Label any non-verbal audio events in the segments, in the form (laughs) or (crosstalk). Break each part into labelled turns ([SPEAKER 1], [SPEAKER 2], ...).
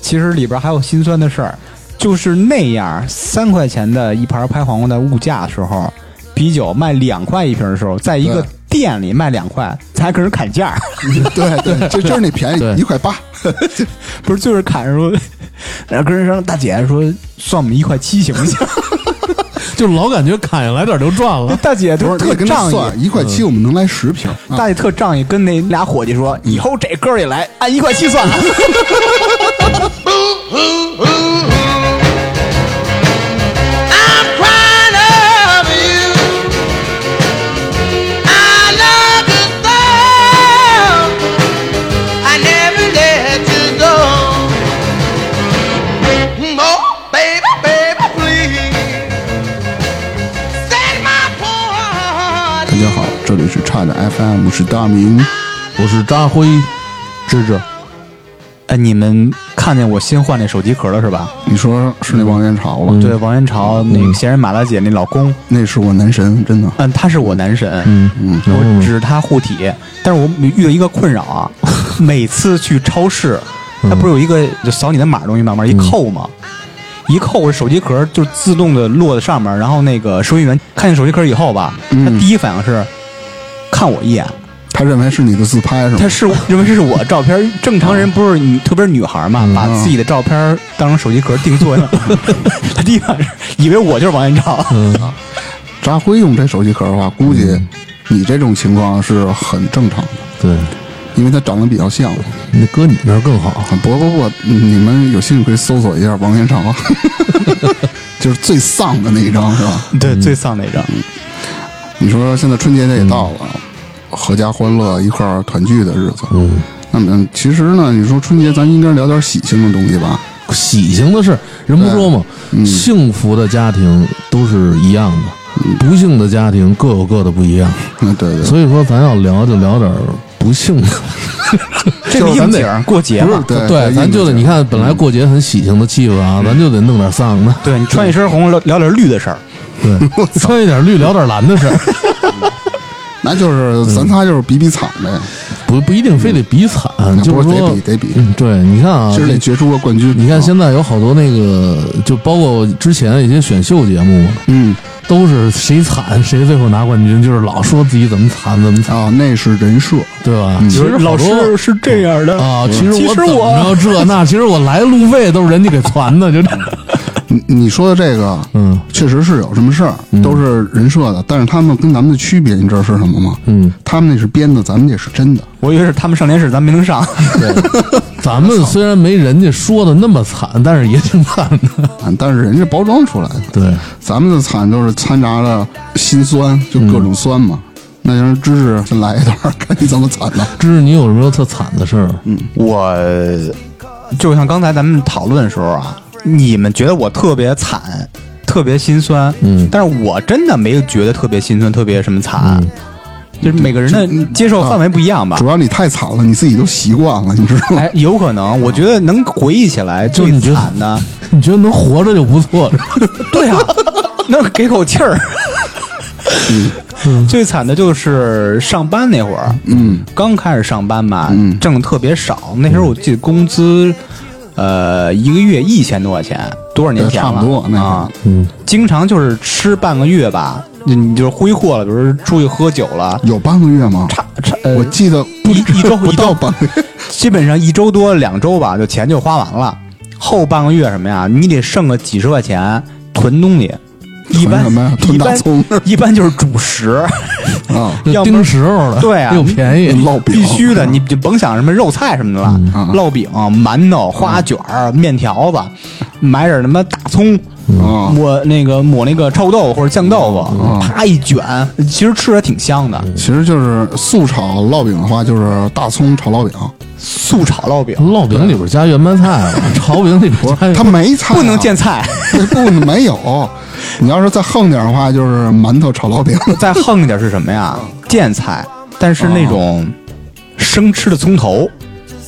[SPEAKER 1] 其实里边还有心酸的事儿，就是那样三块钱的一盘拍黄瓜的物价的时候，啤酒卖两块一瓶的时候，在一个
[SPEAKER 2] 对
[SPEAKER 1] 店里卖两块，咱还跟人砍价儿， (laughs)
[SPEAKER 2] (laughs) 对对，这就是那便
[SPEAKER 3] 对
[SPEAKER 2] 宜一块八，
[SPEAKER 1] 不是就是砍说，然后跟人说大姐说算我们一块七行 (laughs) 不行？。
[SPEAKER 3] 就老感觉砍下来点儿就赚了
[SPEAKER 1] 大姐
[SPEAKER 2] 不
[SPEAKER 1] 就是特
[SPEAKER 2] 你跟他
[SPEAKER 1] 仗义，
[SPEAKER 2] 算一块七，我们能来十瓶。啊
[SPEAKER 1] 大姐特仗义，跟那俩伙计说，以后这哥儿也来，按一块七算了。
[SPEAKER 4] Ooh, ooh, ooh. I'm crying over you. I love you so. I never let you go. Oh, baby, baby, please. Set my poor
[SPEAKER 2] 大
[SPEAKER 4] heart.
[SPEAKER 2] 家好，这里是差点 FM，我是大明，
[SPEAKER 3] 我是扎辉，
[SPEAKER 2] 芝芝，
[SPEAKER 1] (laughs) 哎，你们看见我新换那手机壳了是吧？
[SPEAKER 2] 你说是那王元朝了？
[SPEAKER 1] 对，王元朝那个闲人马大姐那老公，
[SPEAKER 2] 那是我男神，真的。
[SPEAKER 1] 嗯，他是我男神，嗯嗯，我指他护体，但是我遇到一个困扰啊，每次去超市，它不是有一个就扫你的码的东西吗，往上一扣吗？一扣，我手机壳就自动的落在上面，然后那个收银员看见手机壳以后吧，他第一反应是看我一眼，
[SPEAKER 2] 他认为是你的自拍是吗
[SPEAKER 1] 他？是认为这是我照片，正常人不是你，特别是女孩嘛，把自己的照片当成手机壳定做了，他第一反应是以为我就是王彦昭，
[SPEAKER 2] 扎辉用这手机壳的话，估计你这种情况是很正常的，
[SPEAKER 3] 对，
[SPEAKER 2] 因为他长得比较像。
[SPEAKER 3] 那搁你那儿更好。
[SPEAKER 2] 啊不不不，你们有兴趣可以搜索一下王元朝，啊 (laughs) 就是最丧的那一张是吧？
[SPEAKER 1] 对，最丧那张。
[SPEAKER 2] 你说现在春节这也到了，
[SPEAKER 3] 嗯
[SPEAKER 2] 阖家欢乐一块儿团聚的日子。嗯，那么其实呢，你说春节咱应该聊点喜庆的东西吧？
[SPEAKER 3] 喜庆的事，人不说吗？幸福的家庭都是一样的，不幸的家庭各有各的不一样。
[SPEAKER 2] 嗯，对对，
[SPEAKER 3] 所以说，咱要聊就聊点儿不幸的。
[SPEAKER 1] 这个
[SPEAKER 3] 就是
[SPEAKER 1] 应
[SPEAKER 3] 咱得
[SPEAKER 1] 景儿过节嘛，
[SPEAKER 2] 对
[SPEAKER 3] 对，咱就得你，看，本来过节很喜庆的气氛
[SPEAKER 2] 嗯
[SPEAKER 3] 啊，咱就得弄点
[SPEAKER 2] (laughs)
[SPEAKER 3] 丧的，
[SPEAKER 1] 对你穿一身红聊聊点绿的事儿，
[SPEAKER 3] 对，穿一点绿，聊点蓝的事儿，
[SPEAKER 2] 那就是
[SPEAKER 3] 嗯
[SPEAKER 2] 咱仨就是比比惨
[SPEAKER 3] 啊
[SPEAKER 2] 呗，
[SPEAKER 3] 不不一定非得比惨，就
[SPEAKER 2] 不
[SPEAKER 3] 是
[SPEAKER 2] 是
[SPEAKER 3] 说
[SPEAKER 2] 得比，得比，
[SPEAKER 3] 嗯，对，你看啊，
[SPEAKER 2] 今儿得
[SPEAKER 3] 这
[SPEAKER 2] 决出个冠军。
[SPEAKER 3] 你看
[SPEAKER 2] 啊
[SPEAKER 3] 现在有好多那个，就包括之前一些选秀节目，
[SPEAKER 2] 嗯
[SPEAKER 3] 都是谁惨 (laughs) 谁最后拿冠军，就是老说自己怎么惨怎么惨，
[SPEAKER 2] 啊，那是人设，
[SPEAKER 3] 对吧？其实好
[SPEAKER 1] 老
[SPEAKER 3] 多
[SPEAKER 1] 师嗯是这样的
[SPEAKER 3] 啊，其实
[SPEAKER 1] 其
[SPEAKER 3] 我
[SPEAKER 1] 实
[SPEAKER 3] 怎
[SPEAKER 1] 我
[SPEAKER 3] 么着
[SPEAKER 1] (laughs)
[SPEAKER 3] 这那，其实我来路费都是人家给攒的，就这，
[SPEAKER 1] 嗯
[SPEAKER 2] 你你说的这个，
[SPEAKER 3] 嗯
[SPEAKER 2] 确实是有什么事儿，都是人设的，但是他们跟咱们的区别，你知道是什么吗？
[SPEAKER 3] 嗯，
[SPEAKER 2] 他们那是编的，咱们这是真的。
[SPEAKER 1] 我以为是他们上电视，咱没能上。
[SPEAKER 3] 对，咱们虽然没人家说的那么惨，但是也挺惨
[SPEAKER 1] (laughs)
[SPEAKER 3] 的。
[SPEAKER 2] 啊但是人家包装出来的。
[SPEAKER 3] 对，
[SPEAKER 2] 咱们的惨都是掺杂了心酸，就各种酸嘛。那让人知识先来一段，看你怎么惨的。
[SPEAKER 3] 芝芝，你有什么特惨的事儿？
[SPEAKER 1] 嗯我就像刚才咱们讨论的时候啊，你们觉得我特别惨，特别心酸，
[SPEAKER 3] 嗯
[SPEAKER 1] 但是我真的没有觉得特别心酸，特别什么惨，就是每个人的接受范围不一样吧
[SPEAKER 3] 啊
[SPEAKER 2] 主。要你太惨了，你自己都习惯了，你知道吗？
[SPEAKER 1] 哎，有可能，我觉得能回忆起来
[SPEAKER 3] 就
[SPEAKER 1] 最
[SPEAKER 3] 你觉得
[SPEAKER 1] 惨的，
[SPEAKER 3] 你觉得能活着就不
[SPEAKER 1] (laughs)
[SPEAKER 3] 错，
[SPEAKER 1] 对
[SPEAKER 2] (laughs)
[SPEAKER 1] 啊，能给口气儿。
[SPEAKER 2] 嗯
[SPEAKER 1] 最惨的就是上班那会儿，嗯，刚开始上班嘛，
[SPEAKER 2] 嗯
[SPEAKER 1] 挣的特别少。那时候我记得工资，呃，一个月一千多块钱，多少年前了？
[SPEAKER 2] 对差不多那会儿
[SPEAKER 1] 啊，嗯，经常就是吃半个月吧，你你就是挥霍了，比如出去喝酒了，
[SPEAKER 2] 有半个月吗？
[SPEAKER 1] 差差呃
[SPEAKER 2] 我，记得不
[SPEAKER 1] 一一周
[SPEAKER 2] 不
[SPEAKER 1] 一周
[SPEAKER 2] 到半个月。
[SPEAKER 1] 基本上一周多两周吧，就钱就花完了。后半个月什么呀？你得剩个几十块钱囤东西。一般
[SPEAKER 2] 什么呀
[SPEAKER 1] (laughs)
[SPEAKER 2] 囤
[SPEAKER 1] 一
[SPEAKER 2] 大
[SPEAKER 1] 般
[SPEAKER 2] 葱
[SPEAKER 1] 一般就是主
[SPEAKER 2] (laughs)
[SPEAKER 1] 食，
[SPEAKER 2] 啊，
[SPEAKER 3] 就
[SPEAKER 1] 要不
[SPEAKER 3] 盯时候了，
[SPEAKER 1] 对啊
[SPEAKER 2] 哎
[SPEAKER 3] 又便宜，
[SPEAKER 2] 烙饼嗯
[SPEAKER 1] 必须的，你就甭想什么肉菜什么的了，嗯烙饼、馒头、花卷儿、面条子，
[SPEAKER 2] 嗯
[SPEAKER 1] 买点儿什么大葱，
[SPEAKER 2] 啊，
[SPEAKER 1] 抹那个抹那个臭豆腐或者酱豆
[SPEAKER 2] 嗯
[SPEAKER 1] 腐，啪一卷，其实吃着挺香的。
[SPEAKER 2] 其实就是素炒烙饼的话，就是大葱炒烙饼，
[SPEAKER 1] 素炒烙饼
[SPEAKER 3] 烙饼里边加圆白菜
[SPEAKER 1] (laughs)
[SPEAKER 3] 了，炒饼里边加圆白
[SPEAKER 2] 它
[SPEAKER 3] 菜
[SPEAKER 2] 没菜啊、
[SPEAKER 1] 不能见菜，
[SPEAKER 2] 对不没有。你要是再横点的话，就是馒头炒烙饼。
[SPEAKER 1] 再横一点是什么呀？
[SPEAKER 2] 嗯
[SPEAKER 1] 见菜，但是那
[SPEAKER 2] 哦
[SPEAKER 1] 种生吃的葱头，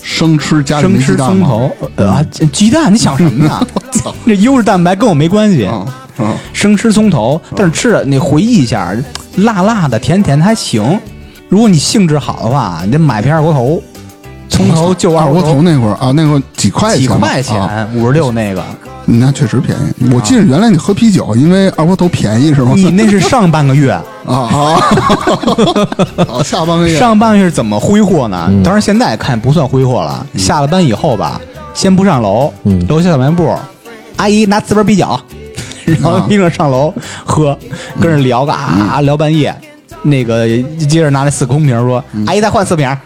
[SPEAKER 2] 生吃家里
[SPEAKER 1] 生
[SPEAKER 2] 没
[SPEAKER 1] 吃
[SPEAKER 2] 鸡蛋
[SPEAKER 1] 葱
[SPEAKER 2] 吗？嗯
[SPEAKER 1] 头呃啊，鸡蛋，你想什么
[SPEAKER 2] (laughs)
[SPEAKER 1] 呢？ (laughs) 这优质蛋白跟我没关系。
[SPEAKER 2] 啊啊，
[SPEAKER 1] 生吃葱头，
[SPEAKER 2] 嗯
[SPEAKER 1] 但是吃着你回忆一下，辣辣的、甜甜的还行。如果你兴致好的话，你得买瓶二锅头，从头就
[SPEAKER 2] 哎二
[SPEAKER 1] 二
[SPEAKER 2] 锅
[SPEAKER 1] 锅
[SPEAKER 2] 头那会儿啊，那会儿几块
[SPEAKER 1] 几
[SPEAKER 2] 钱吧，
[SPEAKER 1] 块
[SPEAKER 2] 啊
[SPEAKER 1] 钱，五十六
[SPEAKER 2] (laughs)
[SPEAKER 1] 那个，
[SPEAKER 2] 那确实便宜。我记得原来你喝啤酒，因为二锅头便宜是吗？
[SPEAKER 1] 你那是上半个月，
[SPEAKER 2] (laughs) 啊 (laughs) 啊，啊下半个月
[SPEAKER 1] 上半个月是怎么挥霍呢？
[SPEAKER 3] 嗯
[SPEAKER 1] 当然现在看不算挥霍了，下了班以后吧，先不上楼，
[SPEAKER 3] 嗯
[SPEAKER 1] 楼下小卖部，阿姨拿四瓶啤酒，
[SPEAKER 3] 嗯
[SPEAKER 1] 然后拎着上楼喝，跟人聊个啊聊半夜。那个接着拿那四个空瓶说：“
[SPEAKER 3] 嗯
[SPEAKER 1] 阿姨再换四瓶。
[SPEAKER 2] 啊，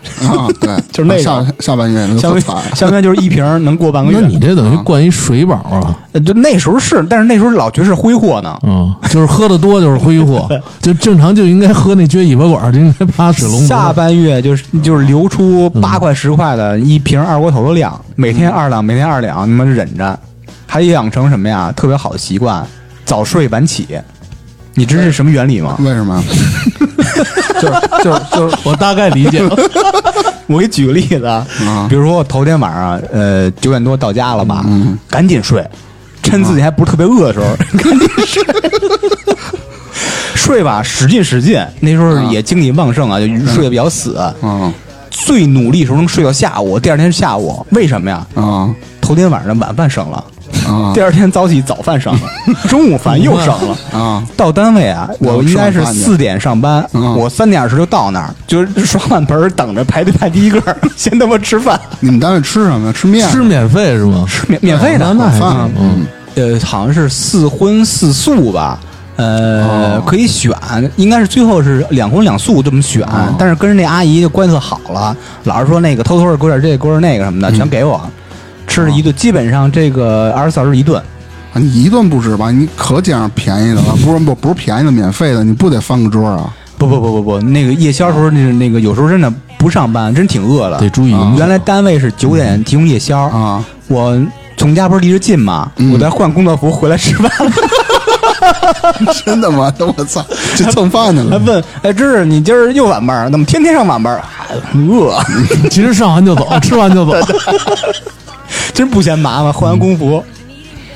[SPEAKER 2] 对，
[SPEAKER 1] (laughs) 就是那
[SPEAKER 2] 下
[SPEAKER 1] 种
[SPEAKER 2] 下半月”
[SPEAKER 1] 相
[SPEAKER 2] 就
[SPEAKER 1] 当
[SPEAKER 2] 很
[SPEAKER 1] 于
[SPEAKER 2] 惨。
[SPEAKER 1] 相当于就是一
[SPEAKER 3] (laughs)
[SPEAKER 1] 瓶能过半个
[SPEAKER 3] 那
[SPEAKER 1] 月。
[SPEAKER 3] 你这等于灌一水饱啊，
[SPEAKER 1] 呃就那时候是，但是那时候老觉得是挥霍呢。
[SPEAKER 3] 嗯，就是喝的多就是
[SPEAKER 2] (laughs)
[SPEAKER 3] 挥霍，就正常就应该喝那撅尾巴管儿，就应该趴水龙头。
[SPEAKER 1] 下
[SPEAKER 3] (laughs)
[SPEAKER 1] 半月就是就是流出八块十块的一瓶二锅头的量，每天二两，每天二两，你们忍着，还养成什么呀？特别好的习惯，早睡晚起。你知道是什么原理吗？
[SPEAKER 2] 为什么？就是就是就是
[SPEAKER 3] 我大概理
[SPEAKER 2] (laughs)
[SPEAKER 3] 解了，
[SPEAKER 1] 我给你举个例子啊，比如说我头天晚上呃九点多到家了吧，赶紧睡，趁自己还不是特别饿的时候， (laughs) 赶紧睡。睡吧，使劲使劲。那时候也精力旺盛啊，就睡得比较死。
[SPEAKER 2] 啊
[SPEAKER 1] 最努力的时候能睡到下午，第二天下午，为什么呀？
[SPEAKER 2] 啊
[SPEAKER 1] 头天晚上晚饭省了，
[SPEAKER 2] 啊
[SPEAKER 1] 第二天早起早饭省
[SPEAKER 2] (laughs)
[SPEAKER 1] 了，中午饭又省了。
[SPEAKER 2] 啊！
[SPEAKER 1] 到单位啊，
[SPEAKER 2] 那
[SPEAKER 1] 我
[SPEAKER 2] 我吃
[SPEAKER 1] 应该是
[SPEAKER 2] 晚饭去
[SPEAKER 1] 四点上班，
[SPEAKER 2] 嗯
[SPEAKER 1] 我三点二十就到那儿，就是刷碗盆儿等着排队排第一个儿，先他妈吃饭，
[SPEAKER 2] 你们单位吃什么呀？吃面？
[SPEAKER 3] 吃免费是吗？
[SPEAKER 1] 免免费的。
[SPEAKER 3] 那还
[SPEAKER 2] 饭
[SPEAKER 3] 行嗯，
[SPEAKER 1] 呃，好像是四荤四素吧，呃，
[SPEAKER 3] 哦
[SPEAKER 1] 可以选，应该是最后是两荤两素这么选，
[SPEAKER 3] 哦
[SPEAKER 1] 但是跟那阿姨就关系特好了，老是说那个偷偷的给我点这个，给我点那个什
[SPEAKER 3] 嗯
[SPEAKER 1] 么的，全给我，吃了一
[SPEAKER 3] 哦
[SPEAKER 1] 顿，基本上这个二十四小时一顿。
[SPEAKER 2] 啊你一顿不吃吧？你可捡上便宜的了，不是不不是便宜的，免费的，你不得翻个桌啊？ (laughs)
[SPEAKER 1] 不不不不不，那个夜宵时候，那是那个有时候真的不上班，真挺饿了，
[SPEAKER 3] 得注意嗯
[SPEAKER 1] 啊
[SPEAKER 3] 影响
[SPEAKER 1] 原来单位是九点提供夜宵
[SPEAKER 2] 啊，
[SPEAKER 1] 我从家不是离着近嘛，
[SPEAKER 3] 嗯
[SPEAKER 1] 我再换工作服回来吃饭，
[SPEAKER 2] 真的吗？我操，去蹭饭去
[SPEAKER 1] 还
[SPEAKER 2] 了。
[SPEAKER 1] 问哎芝芝你今儿又晚班儿，怎么天天上晚班儿？哎饿，
[SPEAKER 3] 其实上完就走，
[SPEAKER 2] (laughs)
[SPEAKER 3] 吃完就走。
[SPEAKER 1] 真不嫌麻烦，换完工服。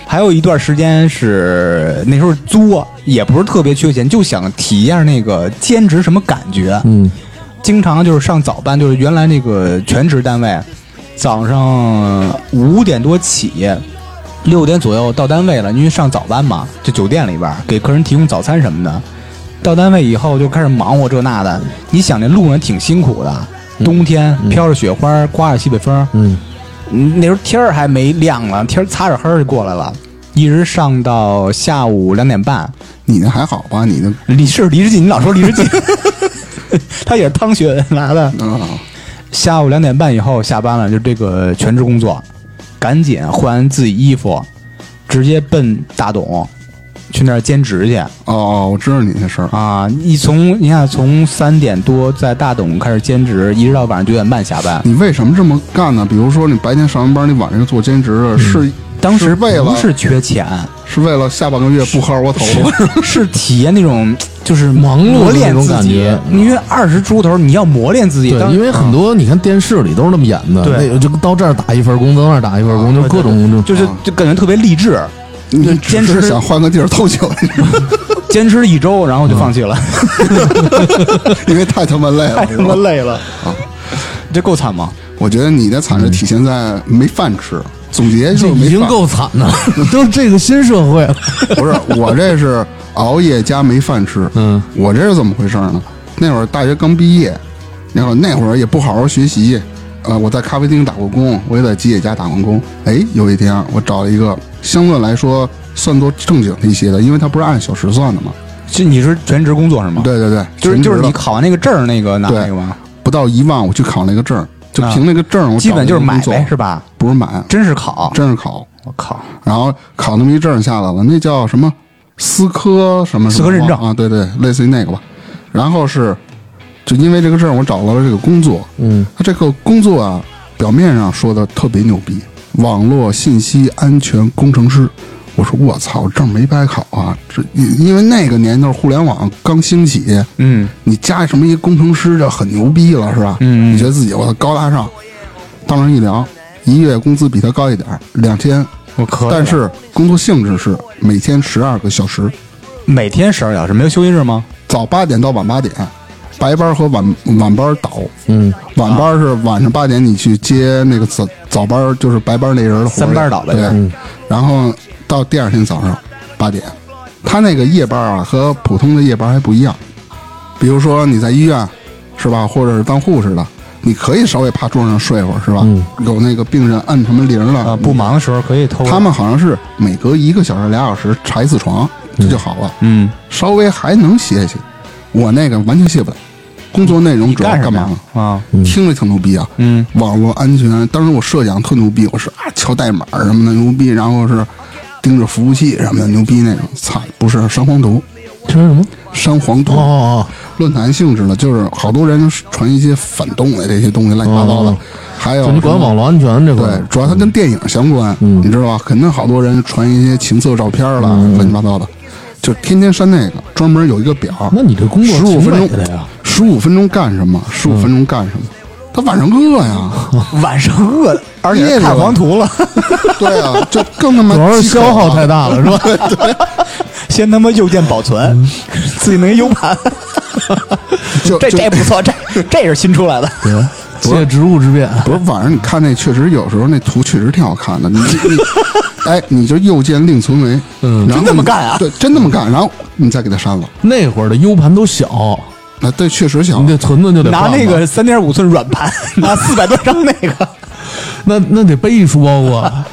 [SPEAKER 1] 还有一段时间是那时候作，也不是特别缺钱，就想体验那个兼职什么感觉。
[SPEAKER 3] 嗯，
[SPEAKER 1] 经常就是上早班，就是原来那个全职单位，早上五点多起，六点左右到单位了，因为上早班嘛，就酒店里边儿给客人提供早餐什么的。到单位以后就开始忙活这那的，你想那路上挺辛苦的，冬天飘着雪花，刮着西北风，
[SPEAKER 3] 嗯，
[SPEAKER 1] 嗯那时候天儿还没亮呢，天儿擦着黑儿就过来了，一直上到下午两点半。
[SPEAKER 2] 你那还好吧？你那
[SPEAKER 1] 离是离着近，你老说离着近， (laughs) 他也是汤学拿的。
[SPEAKER 2] 啊
[SPEAKER 1] 下午两点半以后下班了，就这个全职工作，赶紧换自己衣服，直接奔大董去那儿兼职去
[SPEAKER 2] 哦哦，我知道你那事儿啊
[SPEAKER 1] 啊！一从你看从三点多在大董开始兼职，一直到晚上九点半下班。
[SPEAKER 2] 你为什么这么干呢？比如说你白天上完班，你晚上又做兼职了，是
[SPEAKER 1] 嗯当时
[SPEAKER 2] 是为了
[SPEAKER 1] 不是缺钱，
[SPEAKER 2] 是为了下半个月不喝二锅头吗？
[SPEAKER 1] (laughs) 是体验那种就是
[SPEAKER 3] 忙碌的
[SPEAKER 1] 磨练
[SPEAKER 3] 那种
[SPEAKER 1] 自
[SPEAKER 3] 感
[SPEAKER 1] 己
[SPEAKER 3] 觉
[SPEAKER 1] 因为二十出头你要磨练自己，
[SPEAKER 3] 对
[SPEAKER 1] 当，
[SPEAKER 3] 因为很多你看电视里都是那么演的，
[SPEAKER 1] 对
[SPEAKER 3] 那个就到这儿打一份工，到那儿打一份工，就各种工就
[SPEAKER 1] 就是就感觉特别励志。
[SPEAKER 2] 你
[SPEAKER 1] 坚
[SPEAKER 2] 只
[SPEAKER 1] 持
[SPEAKER 2] 是想换个地儿偷酒，
[SPEAKER 1] (laughs) 坚持一周，然后就放弃了，
[SPEAKER 2] 因为太他妈累了。
[SPEAKER 1] 太他妈累了， (laughs) 这够惨吗？
[SPEAKER 2] 我觉得你的惨是体现在没饭吃。总结就
[SPEAKER 3] 这
[SPEAKER 2] 是没
[SPEAKER 3] 已经
[SPEAKER 2] 饭
[SPEAKER 3] 够惨
[SPEAKER 2] (laughs)
[SPEAKER 3] 的了，都是这个新社会了。
[SPEAKER 2] 不是，我这是熬夜加没饭吃。
[SPEAKER 3] 嗯，
[SPEAKER 2] 我这是怎么回事呢？那会儿大学刚毕业，然后那会儿也不好好学习，呃，我在咖啡厅打过工，我也在吉野家打过工。哎，有一天我找了一个相对来说算作正经的一些的，因为它不是按小时算的嘛。
[SPEAKER 1] 就你是全职工作是吗？，
[SPEAKER 2] 对对对，
[SPEAKER 1] 哦就是就是你
[SPEAKER 2] 全职的
[SPEAKER 1] 考完那个证儿那个拿
[SPEAKER 2] 对
[SPEAKER 1] 那个吗？
[SPEAKER 2] 不到一万，我去考那个证儿，就
[SPEAKER 1] 啊
[SPEAKER 2] 凭那个证儿，我
[SPEAKER 1] 基
[SPEAKER 2] 找了
[SPEAKER 1] 本
[SPEAKER 2] 一
[SPEAKER 1] 就是
[SPEAKER 2] 个
[SPEAKER 1] 买
[SPEAKER 2] 工作
[SPEAKER 1] 呗，是吧？
[SPEAKER 2] 不是买，
[SPEAKER 1] 真是考，
[SPEAKER 2] 真是考。
[SPEAKER 1] 我靠，
[SPEAKER 2] 然后考那么一证下来了，那叫什么思科什么什
[SPEAKER 1] 思
[SPEAKER 2] 么
[SPEAKER 1] 科认证
[SPEAKER 2] 啊？对对，类似于那个吧。然后是，就因为这个证，我找到了这个工作。
[SPEAKER 3] 嗯，
[SPEAKER 2] 他这个工作啊，表面上说的特别牛逼，网络信息安全工程师。我说我操，证没白考啊！这因因为那个年头互联网刚兴起，
[SPEAKER 1] 嗯，
[SPEAKER 2] 你加什么一个工程师，这很牛逼了，是吧？
[SPEAKER 1] 嗯嗯
[SPEAKER 2] 你觉得自己我操高大上，到那儿一聊，一月工资比他高一点儿，两千
[SPEAKER 1] 我可以了
[SPEAKER 2] 但是工作性质是每天十二个小时，
[SPEAKER 1] 每天十二小时，没有休息日吗？
[SPEAKER 2] 早八点到晚八点，白班和晚晚班倒。嗯，晚班是晚上八点你去接那个早早班，就是白班那人的活儿
[SPEAKER 1] 三班倒了
[SPEAKER 2] 对
[SPEAKER 1] 就，
[SPEAKER 2] 然后到第二天早上八点，他那个夜班啊和普通的夜班还不一样。比如说你在医院，是吧，或者是当护士的，你可以稍微趴桌上睡会儿，是吧？
[SPEAKER 1] 嗯
[SPEAKER 2] 有那个病人按什么铃了
[SPEAKER 1] 啊，不忙的时候可以
[SPEAKER 3] 哦
[SPEAKER 1] 偷。
[SPEAKER 2] 他们好像是每隔一个小时、俩小时查一次床，这就好了，
[SPEAKER 1] 嗯，
[SPEAKER 2] 稍微还能歇歇。我那个完全歇不了，工作内容主要
[SPEAKER 1] 干什
[SPEAKER 2] 干
[SPEAKER 1] 么
[SPEAKER 2] 嘛
[SPEAKER 1] 呀
[SPEAKER 2] 呢？
[SPEAKER 1] 啊？
[SPEAKER 2] 听着挺牛逼啊，
[SPEAKER 1] 嗯，
[SPEAKER 2] 网络安全，当时我设想特牛逼，我是啊敲代码什么的牛逼，然后是盯着服务器什么的牛逼那种，操，不是山黄图，
[SPEAKER 3] 这是什么？
[SPEAKER 2] 山黄图
[SPEAKER 3] 哦哦
[SPEAKER 2] 论坛性质的，就是好多人传一些反动的这些东西乱七八糟的
[SPEAKER 3] 哦，
[SPEAKER 2] 还
[SPEAKER 3] 哦，
[SPEAKER 2] 有
[SPEAKER 3] 就你管
[SPEAKER 2] 什么
[SPEAKER 3] 网络安全这块
[SPEAKER 2] 对
[SPEAKER 3] 儿，，
[SPEAKER 2] 主要它跟电影相关，
[SPEAKER 3] 嗯
[SPEAKER 2] 你知道吧？肯定好多人传一些情色照片了，乱七八糟的，就天天删那个，专门有一个表。
[SPEAKER 3] 那你这工作
[SPEAKER 2] 十五
[SPEAKER 3] 挺
[SPEAKER 2] 分
[SPEAKER 3] 美
[SPEAKER 2] 钟
[SPEAKER 3] 的呀，
[SPEAKER 2] 十五分钟干什么？十五分钟干什么？他晚上饿呀，
[SPEAKER 3] (laughs)
[SPEAKER 1] 晚上饿了，而
[SPEAKER 2] 夜
[SPEAKER 1] 且
[SPEAKER 2] 里
[SPEAKER 1] 看
[SPEAKER 2] 了
[SPEAKER 1] 黄图了， (laughs)
[SPEAKER 2] 对啊，这更他妈
[SPEAKER 3] 主要是
[SPEAKER 2] 饥渴啊
[SPEAKER 3] 消耗
[SPEAKER 2] 了
[SPEAKER 3] 太大了，是吧？
[SPEAKER 1] 先他妈右键保存，自己弄一 U 盘，(laughs)
[SPEAKER 2] 就
[SPEAKER 1] 这
[SPEAKER 2] 就
[SPEAKER 1] 这不错，这这也是新出来的。
[SPEAKER 3] (laughs) 借职务之便，
[SPEAKER 2] 不是晚上你看那确实有时候那图确实挺好看的，你
[SPEAKER 3] (laughs)
[SPEAKER 2] 你哎你就右键另存为，嗯，然
[SPEAKER 1] 真
[SPEAKER 2] 后
[SPEAKER 1] 这么
[SPEAKER 2] 你
[SPEAKER 1] 干啊
[SPEAKER 2] 对，真那么干，然后你再给它删了，
[SPEAKER 3] 那会儿的 U 盘都小，
[SPEAKER 2] 那对确实小
[SPEAKER 3] 你，得存存就得
[SPEAKER 1] 拿
[SPEAKER 3] 放吧
[SPEAKER 1] 那个三点五寸软 (laughs) 盘，拿四百多张那个，
[SPEAKER 3] 那那得背一书包 (laughs) 啊，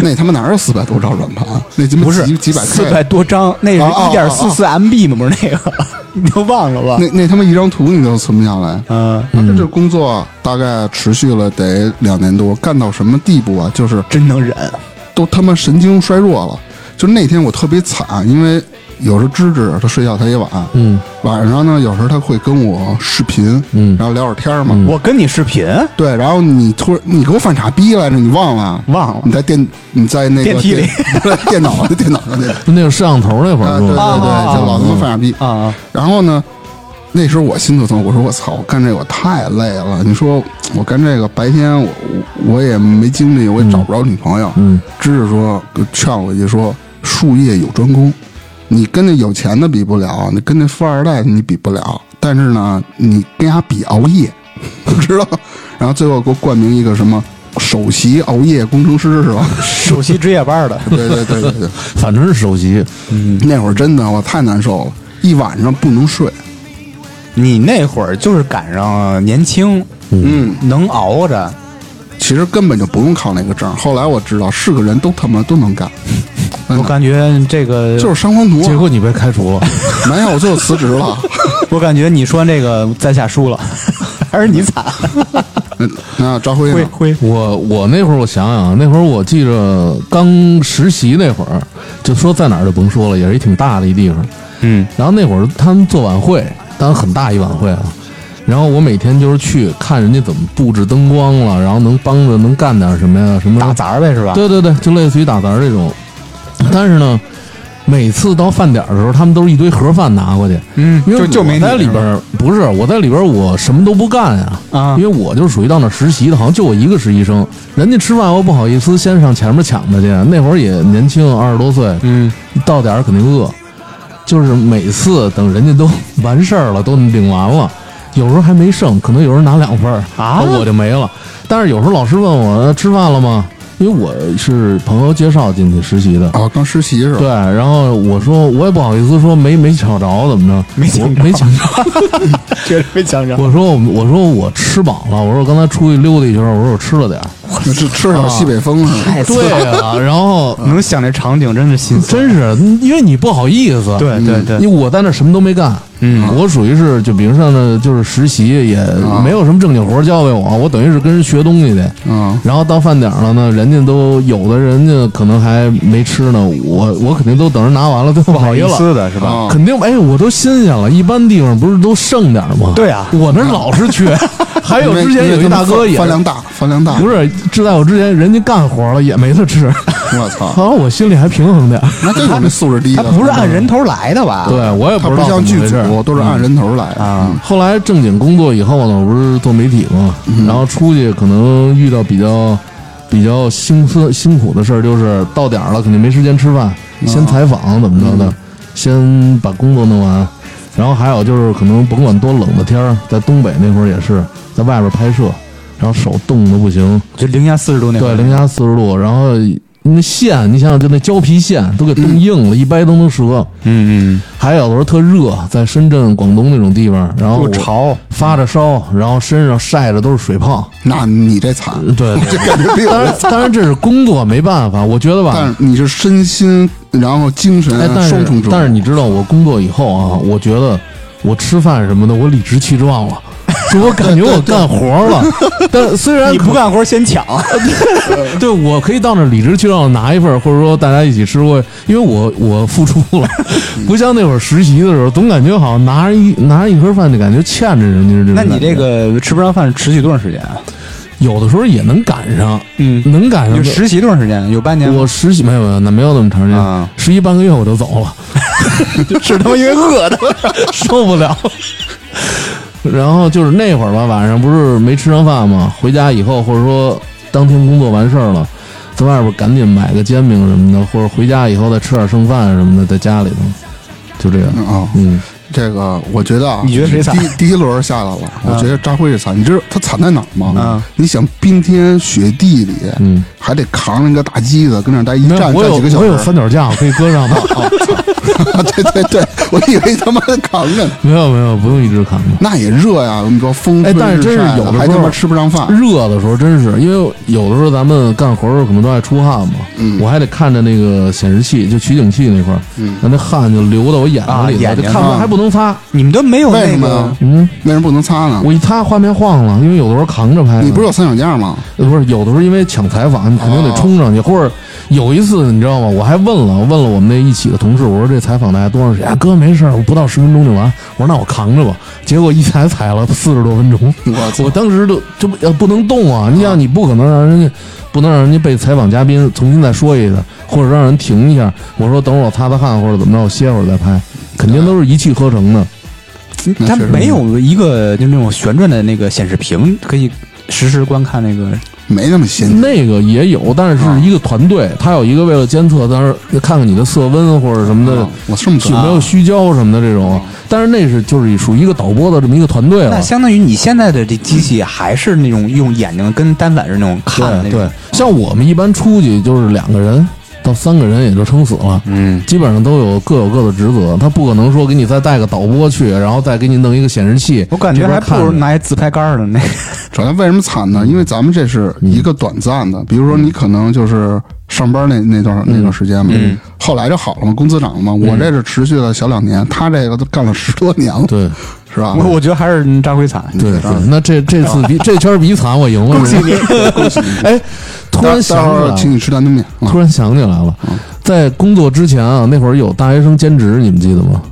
[SPEAKER 2] 那他妈哪有四百多兆软盘啊？那他妈
[SPEAKER 1] 不是
[SPEAKER 2] 几几百
[SPEAKER 1] 四
[SPEAKER 2] 块
[SPEAKER 1] 百多张，那
[SPEAKER 2] 啊啊
[SPEAKER 1] 是
[SPEAKER 2] 啊
[SPEAKER 1] 一点四四 MB 吗？不是那个，你都忘了吧？
[SPEAKER 2] 那那他妈一张图你都存不下来。
[SPEAKER 1] 嗯，
[SPEAKER 2] 他这工作大概持续了得两年多，干到什么地步啊？就是
[SPEAKER 1] 真能忍，
[SPEAKER 2] 都他妈神经衰弱了。就那天我特别惨，因为有时候芝芝她睡觉她也晚，
[SPEAKER 3] 嗯，
[SPEAKER 2] 晚上呢有时候她会跟我视频，嗯，然后聊会儿天儿嘛。
[SPEAKER 1] 我跟你视频，
[SPEAKER 2] 对，然后你突然你给我犯傻逼来着，你忘了？
[SPEAKER 1] 忘了
[SPEAKER 2] 你在电你在那个
[SPEAKER 1] 电梯里
[SPEAKER 2] 电， (laughs) 不是电脑电脑上去。
[SPEAKER 3] 就那个摄像头那会
[SPEAKER 2] 啊，
[SPEAKER 3] 儿
[SPEAKER 2] 对
[SPEAKER 3] 是
[SPEAKER 2] 对
[SPEAKER 3] 吧？
[SPEAKER 1] 啊
[SPEAKER 2] 对，就老他妈犯傻逼
[SPEAKER 1] 啊啊！
[SPEAKER 2] 然后呢，那时候我心就疼，我说我操，我干这我太累了。你说我干这个白天我我我也没精力，我也找不着女朋友。嗯，只是说劝我一句说，术业有专攻，你跟那有钱的比不了，你跟那富二代你比不了，但是呢，你跟他比熬夜， (laughs) 知道吗？然后最后给我冠名一个什么首席熬夜工程师是吧？ (laughs)
[SPEAKER 1] 首席值夜班的，
[SPEAKER 2] 对对对对对。
[SPEAKER 3] 反正是首席，
[SPEAKER 2] 那会儿真的我太难受了，一晚上不能睡。
[SPEAKER 1] 你那会儿就是赶上年轻，
[SPEAKER 2] 嗯，
[SPEAKER 1] 能熬着，
[SPEAKER 2] 其实根本就不用考那个证。后来我知道，是个人都他妈都能干，
[SPEAKER 1] 我感觉这个
[SPEAKER 2] 嗯就是山黄图
[SPEAKER 3] 结
[SPEAKER 2] 啊。
[SPEAKER 3] 果你被开除了，
[SPEAKER 2] 没有，我最后辞职
[SPEAKER 3] (laughs)
[SPEAKER 2] 了。
[SPEAKER 1] (laughs) 我感觉你说这个在下输了，还是你惨。
[SPEAKER 2] 嗯那张辉
[SPEAKER 1] 灰
[SPEAKER 2] 呢？
[SPEAKER 1] 灰，
[SPEAKER 3] 我我那会儿我想想啊，那会儿我记着刚实习那会儿，就说在哪儿就甭说了，也是一挺大的一地方。
[SPEAKER 1] 嗯，
[SPEAKER 3] 然后那会儿他们做晚会，当然很大一晚会啊。然后我每天就是去看人家怎么布置灯光了，然后能帮着能干点什么呀，什么
[SPEAKER 1] 打杂儿呗是吧？
[SPEAKER 3] 对对对，就类似于打杂儿这种。但是呢，每次到饭点儿的时候，他们都是一堆盒饭拿过去。
[SPEAKER 1] 嗯
[SPEAKER 3] 因为
[SPEAKER 1] 就就没
[SPEAKER 3] 我
[SPEAKER 1] 你
[SPEAKER 3] 在里边儿，不是我在里边儿，我什么都不干呀。
[SPEAKER 1] 啊
[SPEAKER 3] 因为我就属于到那儿实习的，好像就我一个实习生。人家吃饭我不好意思先上前面抢着去，那会儿也年轻，二十多岁，
[SPEAKER 1] 嗯，
[SPEAKER 3] 到点儿肯定饿。就是每次等人家都完事儿了，都领完了，有时候还没剩，可能有人拿两份儿
[SPEAKER 1] 啊
[SPEAKER 3] 我就没了。但是有时候老师问我呃吃饭了吗？因为我是朋友介绍进去实习
[SPEAKER 1] 哦
[SPEAKER 3] 的，
[SPEAKER 2] 啊，刚实习是吧？
[SPEAKER 3] 对。然后我说我也不好意思说没没抢着，怎么着？
[SPEAKER 1] 没抢着
[SPEAKER 3] 我没抢着。
[SPEAKER 1] 绝对没抢着。
[SPEAKER 3] 我说我我说我吃饱了，我说我刚才出去溜达一圈，我说我吃
[SPEAKER 1] (laughs)
[SPEAKER 3] 了点儿。
[SPEAKER 2] 那是吃
[SPEAKER 3] 啊
[SPEAKER 2] 点西北风是吧？
[SPEAKER 1] 太
[SPEAKER 3] (laughs) 对啊，然后
[SPEAKER 1] 能想这场景真是心酸。嗯
[SPEAKER 3] 真是因为你不好意思，
[SPEAKER 1] 对对对
[SPEAKER 3] 因为我在那什么都没干，
[SPEAKER 1] 嗯，
[SPEAKER 3] 我属于是就比如上那就是实习，也
[SPEAKER 2] 啊
[SPEAKER 3] 没有什么正经活教给我，我等于是跟人学东西去。
[SPEAKER 2] 嗯，
[SPEAKER 3] 然后到饭点了呢，人家都有的人家可能还没吃呢，我我肯定都等人拿完了，最后
[SPEAKER 1] 不好
[SPEAKER 3] 没
[SPEAKER 1] 意
[SPEAKER 3] 了。
[SPEAKER 1] 思的是吧？
[SPEAKER 2] 啊，
[SPEAKER 3] 肯定哎，我都新鲜了。一般地方不是都剩点儿吗？
[SPEAKER 1] 对啊
[SPEAKER 3] 我那儿老
[SPEAKER 2] (laughs)
[SPEAKER 3] 是缺。还有
[SPEAKER 2] 因为
[SPEAKER 3] 之前有一大哥
[SPEAKER 2] 因为
[SPEAKER 3] 也
[SPEAKER 2] 他们饭量大，饭量大
[SPEAKER 3] 不，是，就在我之前人家干活了也没得吃， (laughs)
[SPEAKER 2] 我操，
[SPEAKER 3] 好像我心里还平衡点儿。
[SPEAKER 2] 那就有那素质低
[SPEAKER 1] 他
[SPEAKER 2] 的。嗯
[SPEAKER 1] 不是按人头来的吧？
[SPEAKER 3] 对我也
[SPEAKER 2] 他
[SPEAKER 3] 知
[SPEAKER 2] 不
[SPEAKER 3] 道
[SPEAKER 2] 像
[SPEAKER 3] 怎么
[SPEAKER 2] 剧
[SPEAKER 3] 回事儿嗯
[SPEAKER 2] 组都是按人头来嗯的。
[SPEAKER 1] 啊，
[SPEAKER 3] 后来正经工作以后呢，我不是做媒体嘛，然后出去可能遇到比较比较辛酸辛苦的事儿，就是到点儿了肯定没时间吃饭，先采访怎么着的，先把工作弄完，然后还有就是可能甭管多冷的天儿，在东北那会儿也是在外边拍摄，然后手冻得不行，
[SPEAKER 1] 就零下四十度那会
[SPEAKER 3] 对，
[SPEAKER 1] 儿
[SPEAKER 3] 零下四十度，然后那线，你想想，就那胶皮线都给冻硬了，一掰都能折。
[SPEAKER 1] 嗯
[SPEAKER 3] 还有的时候特热，在深圳、广东那种地方，然后
[SPEAKER 1] 嗯，
[SPEAKER 3] 我
[SPEAKER 1] 又潮，
[SPEAKER 3] 发着烧，然后身上晒着都是水泡。
[SPEAKER 2] 那你这
[SPEAKER 3] (laughs)
[SPEAKER 2] 惨，
[SPEAKER 3] 对，
[SPEAKER 2] 这感觉比
[SPEAKER 3] 当 (laughs)
[SPEAKER 2] 我
[SPEAKER 3] 然，当然这是工作，没办法。我觉得吧，
[SPEAKER 2] 但是你是身心，然后精神
[SPEAKER 3] 哎，但是
[SPEAKER 2] 双重折磨。
[SPEAKER 3] 但是你知道，我工作以后啊，我觉得我吃饭什么的，我理直气壮了，就我感觉我干活
[SPEAKER 2] (laughs)
[SPEAKER 3] 了。但虽然
[SPEAKER 1] 你不干活先抢，
[SPEAKER 3] 对，我可以到那儿理直气壮地拿一份儿，或者说大家一起吃过，因为我我付出了，
[SPEAKER 2] 嗯
[SPEAKER 3] 不像那会儿实习的时候，总感觉好像拿着一拿着一盒饭就感觉欠着人家这
[SPEAKER 1] (laughs)
[SPEAKER 3] 种
[SPEAKER 1] 那
[SPEAKER 3] 感觉。
[SPEAKER 1] 你这个吃不上饭持续多长时间啊？
[SPEAKER 3] 有的时候也能赶上，
[SPEAKER 1] 嗯
[SPEAKER 3] 能赶上
[SPEAKER 1] 有
[SPEAKER 3] 就。
[SPEAKER 1] 实习多长时间？有半年吗？
[SPEAKER 3] 我实习没有没有，那没有那么长时
[SPEAKER 1] 啊
[SPEAKER 3] 间，实习半个月我就
[SPEAKER 1] (laughs)
[SPEAKER 3] 走了。
[SPEAKER 1] 是他妈因为饿的。
[SPEAKER 3] 受不了。 (laughs) 然后就是那会儿吧，晚上不是没吃上饭嘛，回家以后或者说当天工作完事儿了，在外边赶紧买个煎饼什么的，或者回家以后再吃点剩饭什么的，在家里头就这样。
[SPEAKER 2] 啊、
[SPEAKER 3] 嗯，
[SPEAKER 2] 这个我觉得啊，
[SPEAKER 1] 你觉得谁惨
[SPEAKER 2] 第第一轮下来了，
[SPEAKER 3] 嗯
[SPEAKER 2] 我觉得张辉是惨。你知道他惨在哪儿吗？
[SPEAKER 1] 嗯
[SPEAKER 2] 你想冰天雪地里，
[SPEAKER 3] 嗯
[SPEAKER 2] 还得扛着一个大机子跟那儿待一
[SPEAKER 3] 没有
[SPEAKER 2] 站
[SPEAKER 3] 我
[SPEAKER 2] 站几个
[SPEAKER 3] 有
[SPEAKER 2] 小
[SPEAKER 3] 我有
[SPEAKER 2] 时。
[SPEAKER 3] 三脚架，我可以搁上的。
[SPEAKER 2] (laughs)
[SPEAKER 3] 哦
[SPEAKER 2] 对对对，我以为他妈的扛着呢，
[SPEAKER 3] 没有没有，不用一直扛着。
[SPEAKER 2] 那也热呀，我们说风吹
[SPEAKER 3] 哎但是
[SPEAKER 2] 日
[SPEAKER 3] 真是
[SPEAKER 2] 晒
[SPEAKER 3] 有的
[SPEAKER 2] 还
[SPEAKER 3] 时
[SPEAKER 2] 他
[SPEAKER 3] 候
[SPEAKER 2] 妈吃不上饭。
[SPEAKER 3] 热的时候真是，因为有的时候咱们干活的时候可能都爱出汗嘛，
[SPEAKER 2] 嗯
[SPEAKER 3] 我还得看着那个显示器，就取景器那块儿，让那汗就流到我眼
[SPEAKER 1] 啊
[SPEAKER 3] 睛里头，
[SPEAKER 1] 眼
[SPEAKER 3] 就
[SPEAKER 1] 睛
[SPEAKER 3] 看不
[SPEAKER 2] 上
[SPEAKER 3] 还不能擦。
[SPEAKER 1] (laughs)
[SPEAKER 2] 啊
[SPEAKER 1] 你们都没有
[SPEAKER 2] 为什
[SPEAKER 1] 那
[SPEAKER 2] 么
[SPEAKER 1] 个
[SPEAKER 2] 呀？
[SPEAKER 3] 嗯，
[SPEAKER 2] 为什么不能擦呢？
[SPEAKER 3] 我一擦画面晃了，因为有的时候扛着拍的，
[SPEAKER 2] 你不是有三脚架吗？
[SPEAKER 3] 呃不是有的时候因为抢采访，你肯定得冲上去，或者有一次你知道吗？我还问了问了我们那一起的同事，我说这采访大概多长时间？啊哥没事儿，我不到十分钟就完。我说那我扛着吧。结果一采采了四十多分钟，
[SPEAKER 2] 我操
[SPEAKER 3] 我当时都这不呃不能动啊！你想你不可能让人家不能让人家被采访嘉宾重新再说一次，或者让人停一下。我说等会儿我擦擦汗或者怎么着，我歇会儿再拍，肯定都是一气呵成的。
[SPEAKER 2] 那
[SPEAKER 1] 它
[SPEAKER 2] 确实
[SPEAKER 1] 没有一个就那种旋转的那个显示屏可以实时观看那个
[SPEAKER 2] 没那么先进。
[SPEAKER 3] 那个也有，但是
[SPEAKER 1] 啊
[SPEAKER 3] 是一个团队，他有一个为了监测，当时看看你的色温或者什么的，
[SPEAKER 2] 啊我这么觉
[SPEAKER 3] 有
[SPEAKER 2] 得
[SPEAKER 3] 没有虚焦什么的这种。但是那是就是属于一个导播的这么一个团队了
[SPEAKER 1] 啊那。相当于你现在的这机器还是那种用眼睛跟单反是那种看的
[SPEAKER 3] 对
[SPEAKER 1] 那
[SPEAKER 3] 对
[SPEAKER 1] 种，，
[SPEAKER 3] 像我们一般出去就是两个人到三个人也就撑死了。
[SPEAKER 1] 嗯，
[SPEAKER 3] 基本上都有各有各的职责，他不可能说给你再带个导播去，然后再给你弄一个显示器。
[SPEAKER 1] 我感觉还不如
[SPEAKER 3] 这边看着
[SPEAKER 1] 拿一自拍杆儿呢。那
[SPEAKER 2] 首先为什么惨呢？因为咱们这是
[SPEAKER 3] 嗯
[SPEAKER 2] 一个短暂的，比如说你可能就是上班那那段
[SPEAKER 3] 嗯
[SPEAKER 2] 那段时间嘛，后来就好了嘛，工资涨了嘛。我这是持续了小两年，他这个都干了十多年了，
[SPEAKER 3] 对
[SPEAKER 2] 是 (laughs) 吧？
[SPEAKER 1] 我我觉得还是张辉惨。
[SPEAKER 3] 对对，
[SPEAKER 1] 嗯
[SPEAKER 3] 那这这次
[SPEAKER 1] 啊
[SPEAKER 3] 比这圈比惨我赢了。恭喜你！哎，突
[SPEAKER 2] 待
[SPEAKER 3] 然
[SPEAKER 2] 待会
[SPEAKER 3] 想起
[SPEAKER 2] 儿
[SPEAKER 3] 来，
[SPEAKER 2] 请你吃担担面啊
[SPEAKER 3] 突！然想起来了，
[SPEAKER 2] 嗯
[SPEAKER 3] 在工作之前啊，那会儿有大学生兼职，你们记得吗？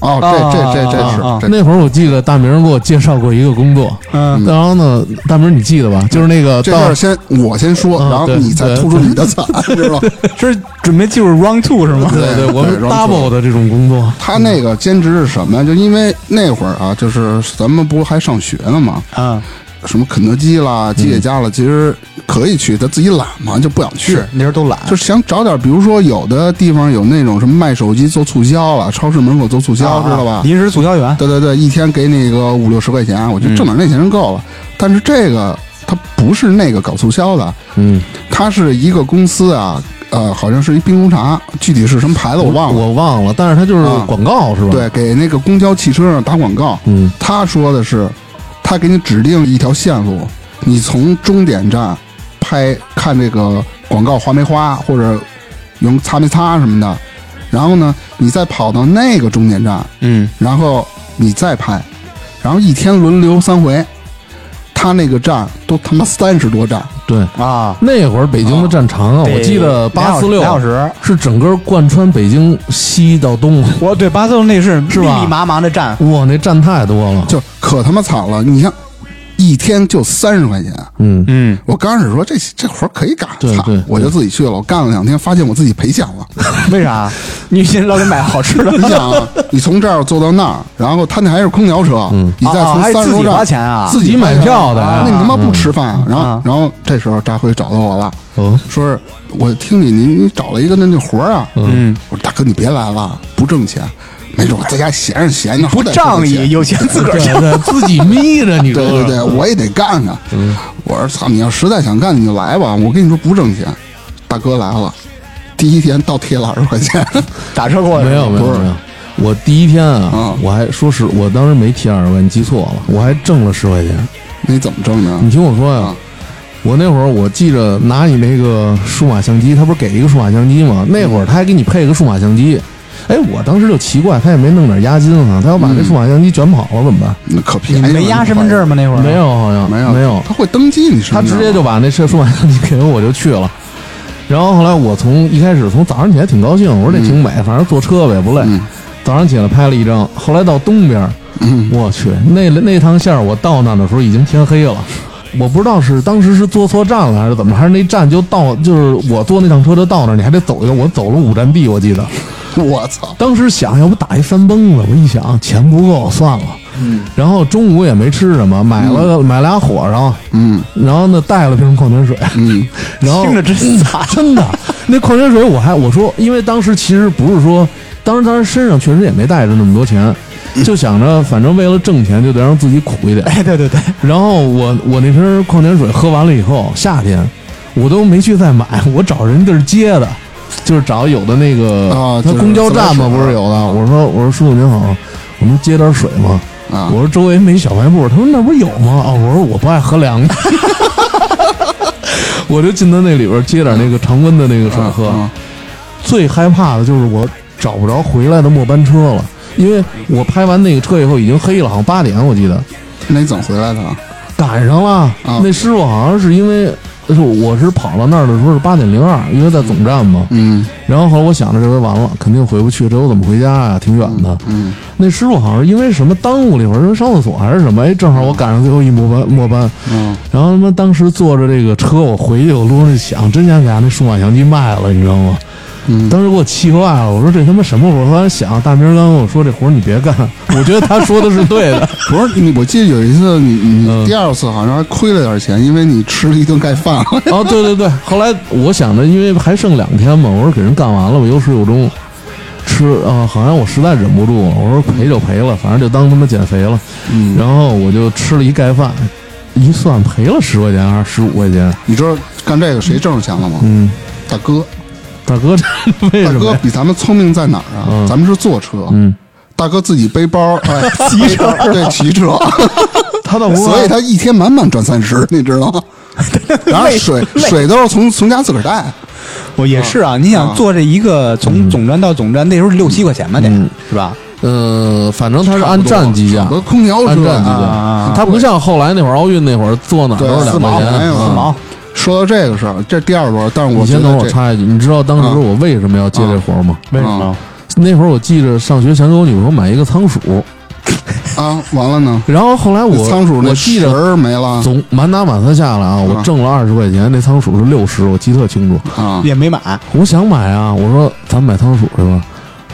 [SPEAKER 2] 哦，这这这这是
[SPEAKER 1] 啊啊啊
[SPEAKER 2] 这
[SPEAKER 3] 那会儿我记得大明给我介绍过一个工作，
[SPEAKER 1] 嗯，
[SPEAKER 3] 然后呢，大明你记得吧？就是那个
[SPEAKER 2] 嗯这
[SPEAKER 3] 到
[SPEAKER 2] 事儿先我先说，
[SPEAKER 3] 啊
[SPEAKER 2] 然后
[SPEAKER 3] 对
[SPEAKER 2] 你再
[SPEAKER 3] 对
[SPEAKER 2] 突出你的惨，知道吧？
[SPEAKER 1] 是准备进入 round two 是吗？
[SPEAKER 3] 对对，我们
[SPEAKER 2] 对
[SPEAKER 3] double 的这种工作，
[SPEAKER 2] 他那个兼职是什么呀？就因为那会儿啊，就是咱们不还上学呢嘛，
[SPEAKER 1] 啊，
[SPEAKER 2] 什么肯德基啦、吉野家啦，其实可以去，他自己懒嘛，就不想去。
[SPEAKER 1] 是那时候都懒，
[SPEAKER 2] 就是想找点，比如说有的地方有那种什么卖手机做促销了，超市门口做促
[SPEAKER 1] 啊
[SPEAKER 2] 销，知道吧？
[SPEAKER 1] 临时促销员，
[SPEAKER 2] 对对对，一天给你个五六十块钱，我觉得挣点那钱就够了。但是这个它不是那个搞促销的，
[SPEAKER 3] 嗯，
[SPEAKER 2] 它是一个公司啊，呃，好像是一冰红茶，具体是什么牌子我忘了。
[SPEAKER 3] 我忘了，但是他就是
[SPEAKER 2] 啊
[SPEAKER 3] 广告是吧？
[SPEAKER 2] 对，，给那个公交汽车上打广告。
[SPEAKER 3] 嗯，
[SPEAKER 2] 他说的是，他给你指定一条线路，你从终点站拍看这个广告花没花，或者用擦没擦什么的，然后呢，你再跑到那个终点站，
[SPEAKER 1] 嗯，
[SPEAKER 2] 然后你再拍，然后一天轮流三回，他那个站都他妈三十多站，
[SPEAKER 3] 对，
[SPEAKER 1] 啊，
[SPEAKER 3] 那会儿北京的站长啊，
[SPEAKER 2] 哦
[SPEAKER 3] 我记得八四六
[SPEAKER 1] 俩小时。
[SPEAKER 3] 是整个贯穿北京西到东， (laughs)
[SPEAKER 1] 我对巴塞罗那是密
[SPEAKER 3] 是吧
[SPEAKER 1] 密麻麻的站，
[SPEAKER 3] 哇，那站太多了，
[SPEAKER 2] 就可他妈惨了。你像一天就三十块钱，
[SPEAKER 3] 嗯，
[SPEAKER 1] 嗯，
[SPEAKER 2] 我刚开始说这这活儿可以干，
[SPEAKER 3] 对
[SPEAKER 2] 操
[SPEAKER 3] 对
[SPEAKER 2] 我就自己去了。我干了两天，发现我自己赔钱了。
[SPEAKER 1] 为啥？ (laughs) 你先老得买好 (laughs) 吃的，
[SPEAKER 2] 你想啊，你从这儿坐到那儿，然后他那还是空调车，你再
[SPEAKER 1] 啊
[SPEAKER 2] 从
[SPEAKER 1] 还
[SPEAKER 2] 三十
[SPEAKER 1] 自
[SPEAKER 2] 多
[SPEAKER 1] 己
[SPEAKER 2] 站
[SPEAKER 1] 花钱啊
[SPEAKER 2] 自己
[SPEAKER 3] 自己买票的
[SPEAKER 2] 那你他妈不吃饭啊？然
[SPEAKER 1] 啊
[SPEAKER 2] 后，然后这时候扎辉找到我了， (laughs)
[SPEAKER 3] 哦，
[SPEAKER 2] 说是我听你你你找了一个那那活儿啊，
[SPEAKER 1] 嗯，
[SPEAKER 2] 我说大哥你别来了，不挣钱。没准我在家闲着闲着，好
[SPEAKER 1] 不
[SPEAKER 2] 歹挣
[SPEAKER 1] 仗
[SPEAKER 2] 个钱
[SPEAKER 1] 义，有钱自个儿
[SPEAKER 3] 对
[SPEAKER 1] 挣。
[SPEAKER 3] 对，自己眯着，你说
[SPEAKER 2] 对对
[SPEAKER 3] 说
[SPEAKER 2] 对，我也得干干。我说操，你要实在想干你就来吧，我跟你说不挣钱。大哥来了，第一天倒贴了二十块钱，
[SPEAKER 1] (laughs)
[SPEAKER 2] (laughs)
[SPEAKER 1] 打车过来
[SPEAKER 3] 没有没有
[SPEAKER 2] 不是
[SPEAKER 3] 没有，我第一天啊，
[SPEAKER 2] 嗯
[SPEAKER 3] 我还说实，我当时没贴二十块，你记错了，我还挣了十块钱。
[SPEAKER 2] 你怎么挣的
[SPEAKER 3] 你？听我说呀、
[SPEAKER 2] 啊
[SPEAKER 3] 我那会儿我记着拿你那个数码相机，他不是给一个数码相机吗？那会儿他还给你配一个数码相机。哎，我当时就奇怪，他也没弄点押金啊，他要把这数码相机卷跑了怎么办？
[SPEAKER 2] 那可便
[SPEAKER 1] 你
[SPEAKER 2] 宜了，
[SPEAKER 1] 没押身份证吗？那会儿
[SPEAKER 3] 没，有，好像
[SPEAKER 2] 没有
[SPEAKER 3] 没有，
[SPEAKER 2] 他会登记你身
[SPEAKER 3] 他
[SPEAKER 2] 份
[SPEAKER 3] 直
[SPEAKER 2] 证
[SPEAKER 3] 接就把那车数码相机给我，我就去了。然后后来我从一开始从早上起来挺高兴，我说这挺美，反正坐车呗不累。早上起来拍了一张，后来到东边儿，我去那那趟线儿我到那的时候已经天黑了。我不知道是当时是坐错站了还是怎么，还是那站就到，就是我坐那趟车就到那儿，你还得走一个，我走了五站地，我记得。
[SPEAKER 2] 我操，
[SPEAKER 3] 当时想，要不打一翻蹦子？我一想，钱不够，算了。嗯。然后中午也没吃什么，买了、买俩火烧，
[SPEAKER 2] 嗯，
[SPEAKER 3] 然后呢带了瓶矿泉水，嗯， (laughs) 然后
[SPEAKER 1] 听着真惨。
[SPEAKER 3] (laughs) 真的，那矿泉水我还我说，因为当时其实不是说，当时当时身上确实也没带着那么多钱，
[SPEAKER 1] 嗯
[SPEAKER 3] 就想着反正为了挣钱就得让自己苦
[SPEAKER 1] (laughs)
[SPEAKER 3] 一点。
[SPEAKER 1] 哎，对对对，
[SPEAKER 3] 然后我我那瓶矿泉水喝完了以后，夏天我都没去再买，我找人地儿接的，就是找有的那个
[SPEAKER 2] 啊
[SPEAKER 3] 他
[SPEAKER 2] 就是
[SPEAKER 3] 公交
[SPEAKER 2] 自来
[SPEAKER 3] 站嘛，
[SPEAKER 2] 水
[SPEAKER 3] 不是有的。我说我说叔叔您好，我能接点水吗？
[SPEAKER 2] 啊
[SPEAKER 3] 我说周围没小卖部，他说那不是有吗？哦，我说我不爱喝凉的， (laughs) 我就进到那里边接点那个常温的那个水喝。
[SPEAKER 2] 嗯
[SPEAKER 3] 最害怕的就是我找不着回来的末班车了，因为我拍完那个车以后已经黑了，好像八点我记得。
[SPEAKER 2] 那你怎么回来的？
[SPEAKER 3] 赶上了。
[SPEAKER 2] 啊
[SPEAKER 3] 那师傅好像是因为，是我是跑到那儿的时候是八点零二，因为在总站嘛。
[SPEAKER 2] 嗯
[SPEAKER 3] 然后后来我想着这回完了，肯定回不去，这我怎么回家呀、挺远的。
[SPEAKER 2] 嗯，
[SPEAKER 3] 那师傅好像是因为什么耽误了一会儿，说上厕所还是什么，哎，正好我赶上最后一末班末班。
[SPEAKER 2] 嗯，
[SPEAKER 3] 然后他妈当时坐着这个车，我回去我路上想，真想给他那数码相机卖了，你知道吗？
[SPEAKER 2] 嗯
[SPEAKER 3] 当时给我气坏了，我说这他妈什么活儿？我突然想，大明儿刚跟我说这活儿你别干，我觉得他说的是对的。
[SPEAKER 2] 不是你，我记得有一次你
[SPEAKER 3] 嗯
[SPEAKER 2] 你第二次好像还亏了点钱，因为你吃了一顿盖
[SPEAKER 3] (laughs)
[SPEAKER 2] 饭。
[SPEAKER 3] 哦，对对对，后来我想着，因为还剩两天嘛，我说给人干完了吧，有始有终。吃啊、好像我实在忍不住了，我说赔就赔了，反正就当他妈减肥了。
[SPEAKER 2] 嗯
[SPEAKER 3] 然后我就吃了一盖饭，一算赔了十块钱还是十五块钱。
[SPEAKER 2] 你知道干这个谁挣着钱了吗？
[SPEAKER 3] 嗯，
[SPEAKER 2] 大哥，
[SPEAKER 3] 大哥，这为
[SPEAKER 2] 大
[SPEAKER 3] 什么
[SPEAKER 2] 哥
[SPEAKER 3] 呀？
[SPEAKER 2] 比咱们聪明在哪儿啊？咱们是坐车，
[SPEAKER 3] 嗯，
[SPEAKER 2] 大哥自己背
[SPEAKER 3] (laughs)
[SPEAKER 2] 包，哎，骑车， (laughs) 对，骑车，
[SPEAKER 3] 他啊倒不
[SPEAKER 2] 所以
[SPEAKER 3] 是
[SPEAKER 2] 他一天满满赚三十，你知道
[SPEAKER 3] (laughs)
[SPEAKER 2] 吗？然后水水都是从从家自个儿带，
[SPEAKER 1] 我也是啊。你想坐这一个
[SPEAKER 3] 嗯
[SPEAKER 1] 从总站到总站，那时候六七块钱吧，得是吧？
[SPEAKER 3] 呃，反正他是按站计价，
[SPEAKER 2] 和空调
[SPEAKER 3] 按站
[SPEAKER 2] 车
[SPEAKER 3] 计
[SPEAKER 2] 啊。
[SPEAKER 3] 价，他不像后来那会儿奥运那会儿坐哪儿
[SPEAKER 2] 对
[SPEAKER 3] 都是两
[SPEAKER 2] 四
[SPEAKER 3] 块
[SPEAKER 2] 毛
[SPEAKER 3] 钱。
[SPEAKER 2] 没有
[SPEAKER 3] 嗯
[SPEAKER 1] 四毛，
[SPEAKER 2] 说到这个事儿，这第二轮，但是我
[SPEAKER 3] 你
[SPEAKER 2] 觉
[SPEAKER 3] 先
[SPEAKER 2] 得
[SPEAKER 3] 等我
[SPEAKER 2] 这
[SPEAKER 3] 插一句，你知道当时
[SPEAKER 2] 啊
[SPEAKER 3] 我为什么要接这活儿吗？
[SPEAKER 1] 为
[SPEAKER 2] 什么？
[SPEAKER 3] 那会儿我记着上学想给我女朋友买一个仓鼠，
[SPEAKER 2] 啊，完了呢，
[SPEAKER 3] 然后后来我
[SPEAKER 2] 仓鼠那
[SPEAKER 3] 我记
[SPEAKER 2] 食
[SPEAKER 3] 着
[SPEAKER 2] 儿没了
[SPEAKER 3] 总满打满算下来啊，我
[SPEAKER 2] 啊
[SPEAKER 3] 挣了二十块钱，那仓鼠是六十，我记得特清楚。
[SPEAKER 2] 啊，
[SPEAKER 1] 也没买，
[SPEAKER 3] 我想买啊，我说咱买仓鼠去吧。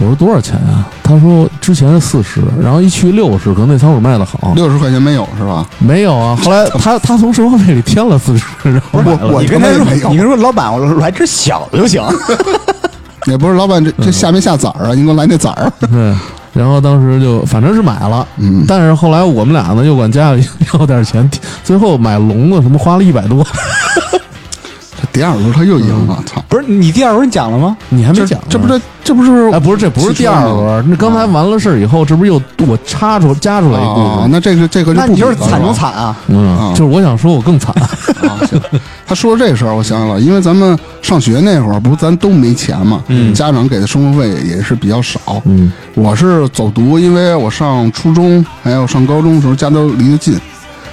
[SPEAKER 3] 我说多少钱啊？他说之前是四十，然后一去六十，可能那仓鼠卖的好。
[SPEAKER 2] 六十块钱没有是吧？
[SPEAKER 3] 没有啊，后来他他从售货费里添了四十，然后买了
[SPEAKER 2] 我
[SPEAKER 1] 你跟
[SPEAKER 2] 他
[SPEAKER 1] 他
[SPEAKER 2] 妈
[SPEAKER 1] 说
[SPEAKER 2] 也没有，
[SPEAKER 1] 你跟他说老板，我来只小的就行。 (laughs)
[SPEAKER 2] 也不是老板，这这下没下崽儿啊？你给我来那崽儿，
[SPEAKER 3] 对，然后当时就反正是买了，
[SPEAKER 2] 嗯
[SPEAKER 3] 但是后来我们俩呢又管家里 (laughs) 要点钱，最后买笼子什么花了一百多，
[SPEAKER 2] 这 (laughs) 第二轮他又赢了，操！
[SPEAKER 1] 不是你第二轮讲了吗？
[SPEAKER 3] 你还没
[SPEAKER 2] 这
[SPEAKER 3] 讲呢
[SPEAKER 2] 这不这这不是
[SPEAKER 3] 哎，不是，这不是第二轮，那刚才完了事儿以后，这不是又我插出加出来一故
[SPEAKER 2] 啊？
[SPEAKER 3] 事？
[SPEAKER 2] 那这个这个
[SPEAKER 1] 那
[SPEAKER 2] 不
[SPEAKER 1] 你就是
[SPEAKER 2] 比了
[SPEAKER 1] 惨
[SPEAKER 2] 吧
[SPEAKER 1] 就惨啊！
[SPEAKER 2] 哦
[SPEAKER 3] 嗯，就是我想说，我更惨。
[SPEAKER 2] 啊！行，他说这事儿，我想起来了，因为咱们上学那会儿，不是咱都没钱嘛，
[SPEAKER 1] 嗯
[SPEAKER 2] 家长给的生活费也是比较少。
[SPEAKER 3] 嗯，
[SPEAKER 2] 我是走读，因为我上初中还有上高中的时候家都离得近。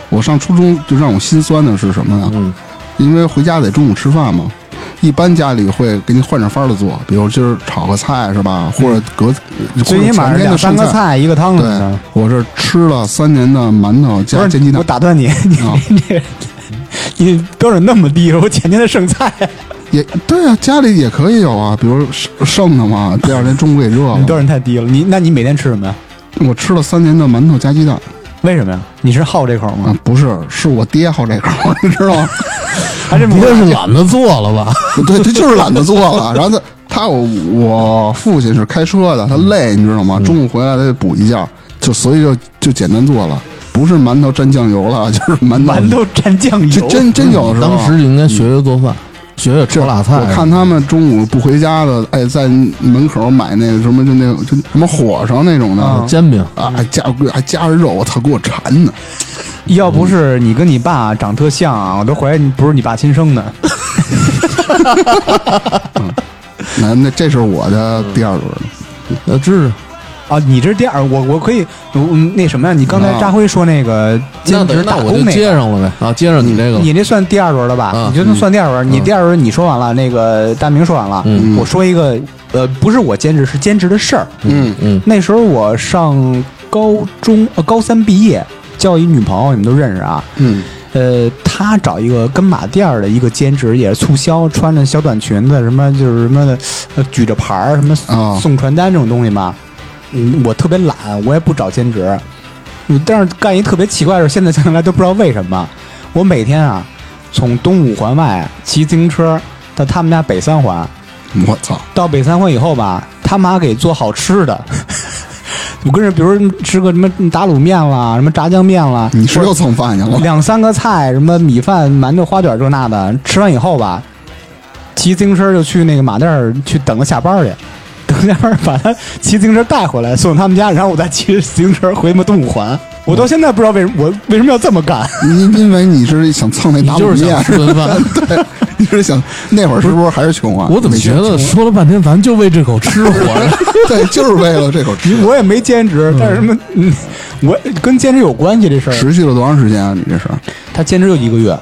[SPEAKER 2] 我上初中就让我心酸的是什么呀？
[SPEAKER 3] 嗯
[SPEAKER 2] 因为回家得中午吃饭嘛，一般家里会给你换着法儿的做，比如今儿炒个菜是吧，或者隔或者
[SPEAKER 1] 最起码
[SPEAKER 2] 前天
[SPEAKER 1] 两
[SPEAKER 2] 的
[SPEAKER 1] 三
[SPEAKER 2] 剩
[SPEAKER 1] 个
[SPEAKER 2] 菜。
[SPEAKER 1] 菜一个汤什么
[SPEAKER 2] 对
[SPEAKER 1] 的。，
[SPEAKER 2] 我是吃了三年的馒头
[SPEAKER 1] 不
[SPEAKER 2] 加煎鸡
[SPEAKER 1] 是，
[SPEAKER 2] 蛋
[SPEAKER 1] 我。打断你，你
[SPEAKER 2] 啊
[SPEAKER 1] (laughs) 你这你标准那么低，我前天的剩菜，
[SPEAKER 2] 也对啊，家里也可以有啊，比如剩剩的嘛，第二天中午给热
[SPEAKER 1] (laughs) 你标
[SPEAKER 2] 了。
[SPEAKER 1] 准太低了。你那你每天吃什么呀？
[SPEAKER 2] 我吃了三年的馒头加鸡蛋
[SPEAKER 1] 为什么呀？你是好这口
[SPEAKER 2] 啊
[SPEAKER 1] 吗？，
[SPEAKER 2] 不是，是我爹好这口儿， (laughs) 你知道吗？
[SPEAKER 1] 还是
[SPEAKER 3] (laughs) 不会是懒得做了吧？
[SPEAKER 2] (laughs) 对，他就是懒得做了。然后他他我我父亲是开车的，他累，你知道吗？中午回来他就补一觉，就所以就就简单做了，不是馒头蘸酱油了， (laughs) 就是馒头。
[SPEAKER 1] 馒头蘸酱
[SPEAKER 2] 这
[SPEAKER 1] 油，
[SPEAKER 2] 真真有时候
[SPEAKER 3] 嗯当时就应该学学做饭，学学
[SPEAKER 2] 这
[SPEAKER 3] 炒辣菜。
[SPEAKER 2] 我看他们中午不回家的，哎，在门口买那个什么，就那个就什么火烧那种的。
[SPEAKER 1] 啊
[SPEAKER 3] 呃煎饼，
[SPEAKER 2] 啊，还加还加着肉，我操，给我馋的！
[SPEAKER 1] 要不是你跟你爸长特像啊，我都怀疑你不是你爸亲生的。
[SPEAKER 2] 那那这是我的第二轮，
[SPEAKER 3] 呃，知识。
[SPEAKER 1] 啊，你这是第二，我我可以，我嗯那什么呀？你刚才
[SPEAKER 2] 啊
[SPEAKER 1] 扎辉说那个
[SPEAKER 3] 那
[SPEAKER 1] 兼
[SPEAKER 3] 等
[SPEAKER 1] 职
[SPEAKER 3] 于那
[SPEAKER 1] 打
[SPEAKER 3] 我
[SPEAKER 1] 工
[SPEAKER 3] 就
[SPEAKER 1] 那
[SPEAKER 3] 接
[SPEAKER 1] 个，
[SPEAKER 3] 上了呗啊，接上你这个了。
[SPEAKER 1] 你那算第二轮了吧？
[SPEAKER 3] 啊
[SPEAKER 1] 你就能算第二轮。你第二轮你说完了，那个大明说完了，
[SPEAKER 3] 嗯
[SPEAKER 1] 我说一个，呃，不是我兼职，是兼职的事儿。
[SPEAKER 2] 嗯
[SPEAKER 3] 嗯
[SPEAKER 1] 那时候我上高中，呃，高三毕业，交一女朋友，你们都认识啊。
[SPEAKER 2] 嗯，
[SPEAKER 1] 呃，她找一个跟马店儿的一个兼职，也是促销，穿着小短裙子，什么就是什么的，呃，举着牌儿，什么
[SPEAKER 2] 哦
[SPEAKER 1] 送传单这种东西嘛。嗯，我特别懒，我也不找兼职。嗯，但是干一特别奇怪的事，现在想起来都不知道为什么。我每天啊，从东五环外骑自行车到他们家北三环，
[SPEAKER 2] 嗯我操，
[SPEAKER 1] 到北三环以后吧，他妈给做好吃的。 (laughs) 我跟着，比如吃个什么打卤面啦，什么炸酱面啦，
[SPEAKER 2] 你是又蹭饭去了？
[SPEAKER 1] (laughs) 两三个菜，什么米饭、馒头、花卷这那的，吃完以后吧，骑自行车就去那个马甸儿去等他下班去， (laughs) 等下班把他骑自行车带回来送他们家，然后我再骑自行车回他妈东五环。我到现在不知道为什么我为什么要这么 (laughs) 干，
[SPEAKER 2] 因因为你是想蹭那
[SPEAKER 3] 你
[SPEAKER 2] 打卤
[SPEAKER 3] 就是想
[SPEAKER 2] 面，
[SPEAKER 3] 吃顿
[SPEAKER 2] (laughs)
[SPEAKER 3] 饭。
[SPEAKER 2] 对，你是想那会儿是不是还是穷啊？
[SPEAKER 3] 我怎么觉得啊
[SPEAKER 2] 没钱
[SPEAKER 3] 说了半天，咱就为这口吃活着？
[SPEAKER 2] 穷 (laughs) 对，就是为了这口
[SPEAKER 3] (laughs)
[SPEAKER 2] 吃。
[SPEAKER 1] 我也没兼职，但是什么，嗯，我跟兼职有关系这事儿。
[SPEAKER 2] 持续了多长时间啊？你这是？
[SPEAKER 1] 他兼职就一个月，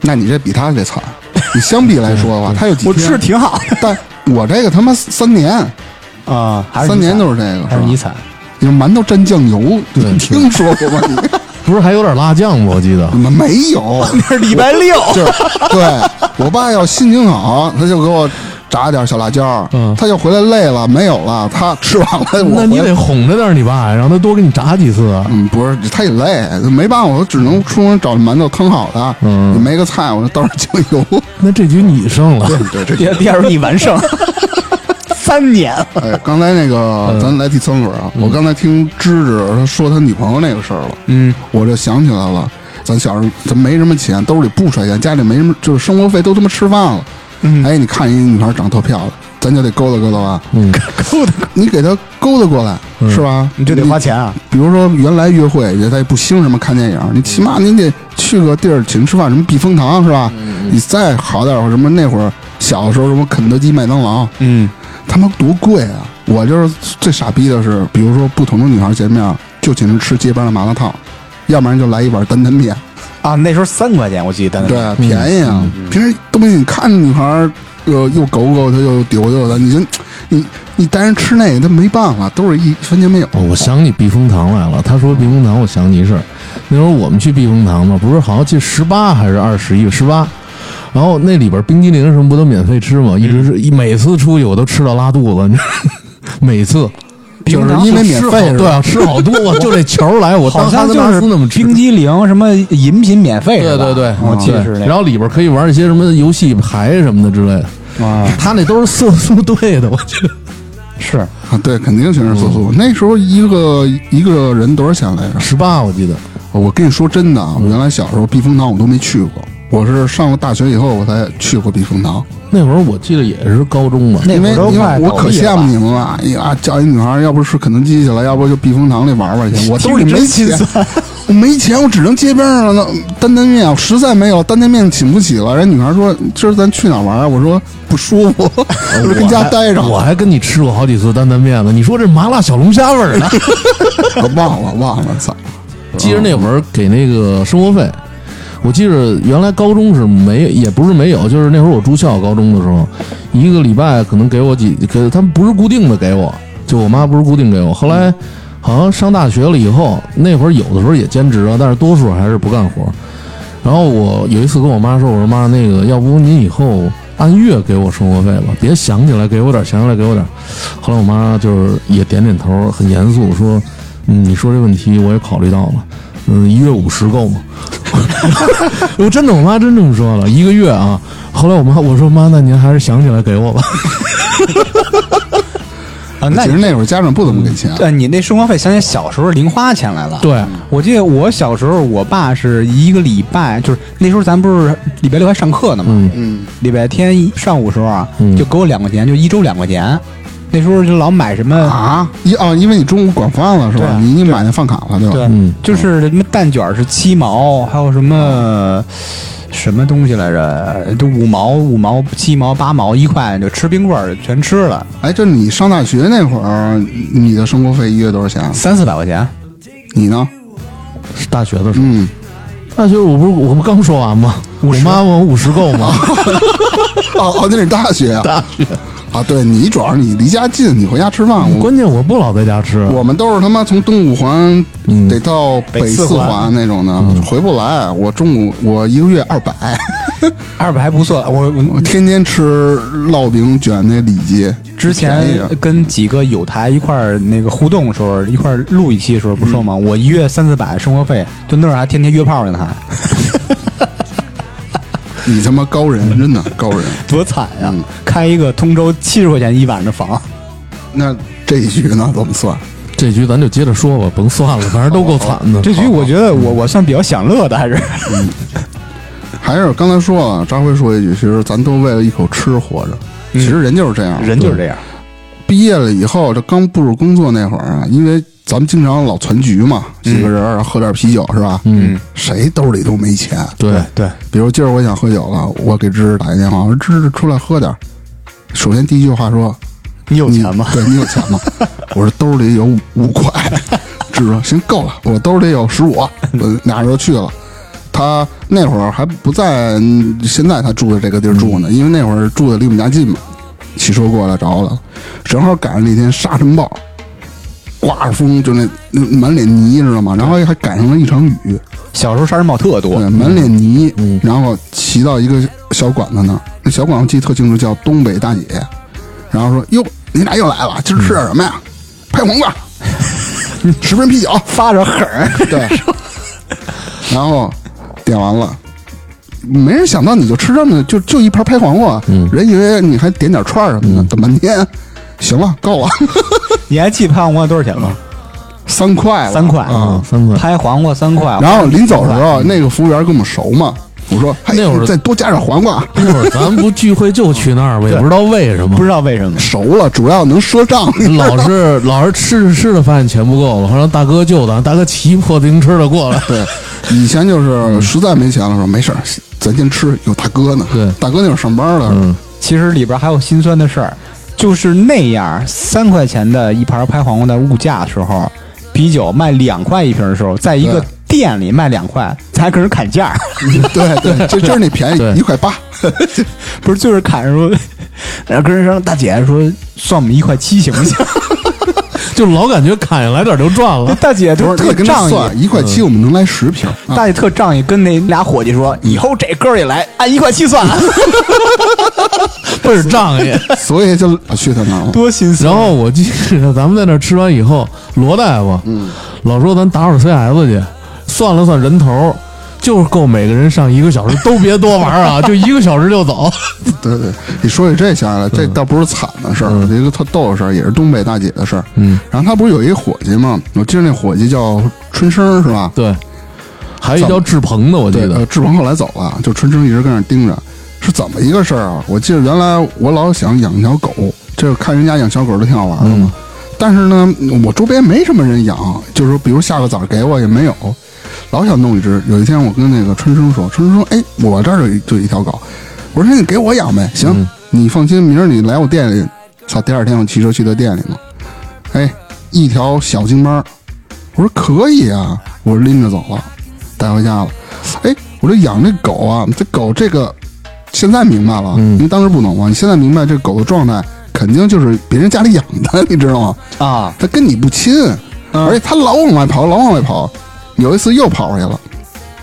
[SPEAKER 2] 那你这比他这惨。你相比来说的
[SPEAKER 3] (laughs)
[SPEAKER 2] 话，他有几
[SPEAKER 1] 我
[SPEAKER 2] 天
[SPEAKER 1] 吃的挺好
[SPEAKER 2] 但我这个他妈三年，
[SPEAKER 1] 的 (laughs) 啊，还是
[SPEAKER 2] 三年
[SPEAKER 1] 都
[SPEAKER 2] 都是这个，
[SPEAKER 1] 还是
[SPEAKER 2] 吧
[SPEAKER 1] 你惨。
[SPEAKER 2] 你说馒头蘸酱油，
[SPEAKER 3] 对
[SPEAKER 2] 你听说过吗？你
[SPEAKER 3] 不是还有点辣酱吗？我记得
[SPEAKER 2] 你们没
[SPEAKER 3] (laughs)
[SPEAKER 2] 有，
[SPEAKER 1] 那是礼拜六，
[SPEAKER 2] (laughs) 就是对我爸要心情好，他就给我炸点小辣椒，
[SPEAKER 3] 嗯
[SPEAKER 2] 他就回来累了没有了，他吃完了我
[SPEAKER 3] 那
[SPEAKER 2] 回
[SPEAKER 3] 你
[SPEAKER 2] 来
[SPEAKER 3] 得哄着点儿你爸呀，让他多给你炸几 (laughs) 次啊。
[SPEAKER 2] 嗯，不是，他也累，没办法，我只能出门找馒头坑好的，
[SPEAKER 3] 嗯
[SPEAKER 2] 也没个菜，我就倒点酱
[SPEAKER 3] (laughs)
[SPEAKER 2] 油。
[SPEAKER 3] 那这局你胜了，
[SPEAKER 2] 对，
[SPEAKER 1] (laughs)
[SPEAKER 2] 这
[SPEAKER 1] 第二第二轮你完胜， (laughs) 三年了。
[SPEAKER 2] 哎，刚才那个，
[SPEAKER 3] 嗯
[SPEAKER 2] 咱来第三轮啊，我刚才听芝芝她说她女朋友那个事儿了，
[SPEAKER 1] (laughs) 嗯，
[SPEAKER 2] 我就想起来了，咱小时候咱没什么钱，兜里不揣钱，家里没什么，就是生活费都他妈吃饭了。
[SPEAKER 1] 嗯
[SPEAKER 2] 哎，你看一女孩长特漂亮，咱就得勾搭勾搭吧，嗯，
[SPEAKER 1] 够的，
[SPEAKER 2] 你给她勾搭过来、是吧？
[SPEAKER 1] 嗯你就得花钱啊。
[SPEAKER 2] 比如说原来约会也在不兴什么看电影，
[SPEAKER 1] 嗯
[SPEAKER 2] 你起码你得去个地儿请吃饭，什么避风塘是吧？
[SPEAKER 1] 嗯
[SPEAKER 2] 你再好点儿什么那会儿小的时候什么肯德基、麦当劳，
[SPEAKER 1] 嗯，
[SPEAKER 2] 他妈多贵啊！我就是最傻逼的是，比如说不同的女孩见面就请人吃街边的麻辣烫，要不然就来一碗担担面，
[SPEAKER 1] 啊，那时候三块钱，我记得。
[SPEAKER 2] 对，，便宜啊！
[SPEAKER 1] 嗯
[SPEAKER 2] 平时东西你看着女孩儿，呃，又狗狗她又丢丢的，你就你你带人吃那个，他没办法，都是一分钱没有。
[SPEAKER 3] 哦，我想起避风塘来了。他说避风塘，我想起一事儿。那时候我们去避风塘嘛，不是好像去十八还是二十一十八，然后那里边冰激凌什么不都免费吃吗？一直是一每次出去我都吃到拉肚子，你知道吗 (laughs) 每次
[SPEAKER 1] 冰
[SPEAKER 2] 就是
[SPEAKER 1] 糖
[SPEAKER 2] 因为免
[SPEAKER 3] 吃
[SPEAKER 2] 费
[SPEAKER 3] 好
[SPEAKER 2] 是
[SPEAKER 3] 对
[SPEAKER 2] 吧？
[SPEAKER 3] 啊，吃好多，我就这球儿来，我
[SPEAKER 1] 好
[SPEAKER 3] 当哈
[SPEAKER 1] 像
[SPEAKER 3] 根
[SPEAKER 1] 就
[SPEAKER 3] 达
[SPEAKER 1] 是
[SPEAKER 3] 斯那么吃。
[SPEAKER 1] 冰激凌什么饮品免费
[SPEAKER 3] 对
[SPEAKER 1] 是吧，
[SPEAKER 3] 对嗯对，
[SPEAKER 1] 我记得是那
[SPEAKER 3] 对
[SPEAKER 1] 个。
[SPEAKER 3] 然后里边可以玩一些什么游戏牌什么的之类的。
[SPEAKER 1] 啊，
[SPEAKER 3] 他那都是色素兑的，我觉得。
[SPEAKER 1] 是
[SPEAKER 2] 啊， (laughs) 对，肯定全是色
[SPEAKER 1] 嗯
[SPEAKER 2] 素。那时候一个一个人多少钱来着？
[SPEAKER 3] 十八我记得，
[SPEAKER 2] 我跟你说真的啊，
[SPEAKER 1] 嗯
[SPEAKER 2] 我原来小时候避风塘我都没去过，我是上了大学以后我才去过避风塘。
[SPEAKER 3] 那会儿我记得也是高中吧。
[SPEAKER 1] 那
[SPEAKER 2] 因为
[SPEAKER 1] 会儿都
[SPEAKER 2] 因
[SPEAKER 1] 快
[SPEAKER 2] 为我
[SPEAKER 1] 倒
[SPEAKER 2] 可
[SPEAKER 1] 闭了
[SPEAKER 2] 羡慕
[SPEAKER 1] 吧
[SPEAKER 2] 你们了，哎呀，叫一女孩儿，要不是肯德基去了，要不就避风塘里玩玩
[SPEAKER 1] (laughs)
[SPEAKER 2] 去。我兜里没
[SPEAKER 1] 听
[SPEAKER 2] 钱
[SPEAKER 1] 着真心，
[SPEAKER 2] 我没钱，我只能街边上了那担担面，我实在没有担担面请不起了。人女孩说：“今儿咱去哪儿玩儿？”啊我说：“不舒服， (laughs) 我就跟家待着。
[SPEAKER 3] 我
[SPEAKER 2] 我
[SPEAKER 3] 还跟你吃过好几次担担面呢。你说这麻辣小龙虾味儿的。
[SPEAKER 2] (laughs) 忘了忘了，操！
[SPEAKER 3] 记着那会儿给那个生活费，我记着原来高中是没，也不是没有，就是那会儿我住校高中的时候，一个礼拜可能给我几，给他们不是固定的给我，就我妈不是固定给我。后来好像上大学了以后，那会儿有的时候也兼职啊，但是多数还是不干活。然后我有一次跟我妈说，我说妈，那个要不您以后按月给我生活费吧，别想起来给我点儿，想起来给我点儿。后来我妈就是也点点头，很严肃说，嗯，你说这问题我也考虑到了， (laughs) 嗯，一月五十够吗？我真的，我妈真这么说了，一个月啊。后来我妈我说妈，那您还是想起来给我吧。
[SPEAKER 1] 啊，那
[SPEAKER 2] 其实那会儿家长不怎么给钱，啊
[SPEAKER 1] 呃，你那生活费想起小时候零花钱来了。，嗯
[SPEAKER 3] 对，
[SPEAKER 1] 我记得我小时候，我爸是一个礼拜，就是那时候咱不是礼拜六还上课呢嘛，
[SPEAKER 3] 嗯
[SPEAKER 2] 嗯，
[SPEAKER 1] 礼拜天一上午时候啊，
[SPEAKER 3] 嗯
[SPEAKER 1] 就给我两块钱，就一周两块钱。那时候就老买什么，
[SPEAKER 2] 啊，一哦，因为你中午管饭了是
[SPEAKER 1] 对
[SPEAKER 2] 吧
[SPEAKER 1] 啊？
[SPEAKER 2] 你你买那饭卡了对吧？
[SPEAKER 1] 对，
[SPEAKER 3] 嗯
[SPEAKER 1] 就是什么蛋卷是七毛，还有什么什么东西来着，就五毛、五毛、七毛、八毛、一块，就吃冰棍儿全吃了，
[SPEAKER 2] 哎，这你上大学那会儿，你的生活费一月多少钱？啊
[SPEAKER 1] 三四百块钱。
[SPEAKER 2] 你 (laughs) 呢？
[SPEAKER 3] 是大学的时候，
[SPEAKER 2] 嗯，
[SPEAKER 3] 大学我不是我不刚说完吗？我妈问我五十够吗？ (laughs)
[SPEAKER 2] 哦哦，那是大学啊，大学嗯啊，对你主要是你离家近，你回家吃饭。我
[SPEAKER 3] 关键我不老在家吃，
[SPEAKER 2] 我们都是他妈从东五环
[SPEAKER 3] 嗯
[SPEAKER 2] 得到北四环嗯那种的，回不来。我中午我一个月二百，
[SPEAKER 1] 二百还不错，我我
[SPEAKER 2] 我天天吃烙饼卷那里脊。
[SPEAKER 1] 之
[SPEAKER 2] 便
[SPEAKER 1] 前
[SPEAKER 2] 宜啊
[SPEAKER 1] 跟几个友台一块儿那个互动的时候，一块儿录一期的时候不说吗？我一月三四百生活费，就那会儿还天天约炮呢，还
[SPEAKER 2] 你他妈高人，真的高人。
[SPEAKER 1] 多惨啊呀、嗯开一个通州七十块钱一晚上的房，
[SPEAKER 2] 那这一局呢怎么算？
[SPEAKER 3] 这局咱就接着说吧，甭算了，反正都够惨的。
[SPEAKER 1] 这局我觉得我我算比较享乐的，还是
[SPEAKER 2] 还是刚才说了，张辉说一句，其实咱都为了一口吃活着。其实人就是这样，
[SPEAKER 1] 嗯人就是这样。
[SPEAKER 2] 毕业了以后，这刚步入工作那会儿啊，因为咱们经常老攒局嘛，
[SPEAKER 1] 嗯
[SPEAKER 2] 几个人儿喝点啤酒是吧？嗯，谁兜里都没钱。
[SPEAKER 3] 对，
[SPEAKER 1] 对，
[SPEAKER 2] 比如今儿我想喝酒了，我给芝芝打一电话，我说芝芝出来喝点儿。首先第一句话说
[SPEAKER 1] 你有
[SPEAKER 2] 你
[SPEAKER 1] 钱吗？
[SPEAKER 2] 对你有钱吗？
[SPEAKER 1] (laughs)
[SPEAKER 2] 我说兜里有五五块，芝芝说行够了，我兜里有十五，我俩人就去了。他那会儿还不在嗯现在他住的这个地儿住呢，
[SPEAKER 1] 嗯
[SPEAKER 2] 因为那会儿住的离我们家近嘛，骑车过来找我了，正好赶上那天沙尘暴，刮着风就那那满脸泥，知道吗？然后还赶上了一场雨，
[SPEAKER 1] 小时候杀人暴特多
[SPEAKER 2] 对，，满脸泥，
[SPEAKER 1] 嗯
[SPEAKER 2] 然后骑到一个小馆子那儿，那小馆子我记得特清楚，叫东北大姐，然后说：“哟，你俩又来了，今儿吃点什么呀？
[SPEAKER 1] 嗯
[SPEAKER 2] 拍黄瓜， (laughs) 十瓶啤酒，
[SPEAKER 1] 发着狠儿，
[SPEAKER 2] 对。”然后点完了，没人想到你就吃这么就就一盘拍黄瓜，
[SPEAKER 1] 嗯
[SPEAKER 2] 人以为你还点点串儿什么的，等半天，行了，够了， (laughs)
[SPEAKER 1] 你还记得拍黄瓜多少钱吗？
[SPEAKER 2] 三块了，
[SPEAKER 1] 三块
[SPEAKER 3] 啊，三块。
[SPEAKER 1] 拍黄瓜三块，
[SPEAKER 2] 嗯然后临走的时候，那个服务员跟我们熟嘛，我说：“嘿
[SPEAKER 3] 那会儿
[SPEAKER 2] 再多加点黄瓜。”
[SPEAKER 3] 那会儿咱不聚会就去那儿吧，也不知道为什么
[SPEAKER 1] 不。知道为什么。
[SPEAKER 2] 熟了，主要能赊账。
[SPEAKER 3] 老是老是吃着吃着发现钱不够了，后来大哥救咱，大哥骑破自行车的过来，
[SPEAKER 2] 对，以前就是实在没钱了，说没事儿，咱先吃，有大哥呢。
[SPEAKER 3] 对
[SPEAKER 2] 大哥那会儿上班了，
[SPEAKER 1] 其实里边还有心酸的事儿，就是那样三块钱的一盘拍黄瓜的物价的时候，啤酒卖两块一瓶的时候，在一个
[SPEAKER 2] 对
[SPEAKER 1] 店里卖两块，咱还跟人砍
[SPEAKER 2] (laughs)
[SPEAKER 1] 价，
[SPEAKER 2] (laughs) 对对，这真是那便
[SPEAKER 3] 对
[SPEAKER 2] 宜，一块八。
[SPEAKER 1] 不是就是砍说， (laughs) 然后跟人说大姐说算我们一块七行不
[SPEAKER 2] (laughs)
[SPEAKER 1] 行？。
[SPEAKER 3] 就老感觉砍下来点儿就赚了
[SPEAKER 1] (laughs) 大姐
[SPEAKER 2] 不，
[SPEAKER 1] 就是
[SPEAKER 2] 你
[SPEAKER 1] 特
[SPEAKER 2] 跟他
[SPEAKER 1] 仗义。嗯
[SPEAKER 2] 算一块七，我们能来十瓶。
[SPEAKER 1] (laughs)
[SPEAKER 2] 啊
[SPEAKER 1] 大姐特仗义，跟那俩伙计说：“以后这哥儿也来，按一块七
[SPEAKER 2] (laughs)
[SPEAKER 1] 算，
[SPEAKER 3] 倍儿仗
[SPEAKER 1] (laughs)
[SPEAKER 3] 义。
[SPEAKER 2] 所以就老去他那儿了。
[SPEAKER 1] 多心酸。”
[SPEAKER 3] 然后我记得咱们在那儿吃完以后，罗大夫，
[SPEAKER 1] 嗯
[SPEAKER 3] 老说咱打会儿 CS 去，算了算人头儿，就是够每个人上一个小时，都别多玩儿啊，就一个小时就走。
[SPEAKER 2] 对对，你说起这想起来，这倒不是惨的事儿，有一个特逗的事儿，也是东北大姐的事儿。
[SPEAKER 3] 嗯，
[SPEAKER 2] 然后她不是有一个伙计吗？我记得那伙计叫春生，是吧？
[SPEAKER 3] 对，还有一叫志鹏的，我记
[SPEAKER 2] 对，
[SPEAKER 3] 得
[SPEAKER 2] 呃，志鹏后来走了，就春生一直跟那儿盯着，是怎么一个事儿啊？我记得原来我老想养条狗，这个看人家养小狗都挺好玩的
[SPEAKER 3] 嗯
[SPEAKER 2] 嘛。但是呢，我周边没什么人养，就是说，比如下个崽儿给我也没有，老想弄一只。有一天我跟那个春生说，春生说：“哎，我这儿有一就一条狗，我说那你给我养呗，行，
[SPEAKER 3] 嗯
[SPEAKER 2] 你放心，明儿你来我店里。”操，第二天我骑车去他店里嘛，哎，一条小京巴儿，我说可以啊，我说拎着走了，带回家了。哎，我说养这狗啊，这狗这个现在明白了，因为当时不懂嘛，你现在明白这狗的状态，肯定就是别人家里养的， (laughs) 你知道吗？
[SPEAKER 1] 啊，
[SPEAKER 2] 它跟你不亲，而且它老往外跑，老往外跑。有一次又跑出去了，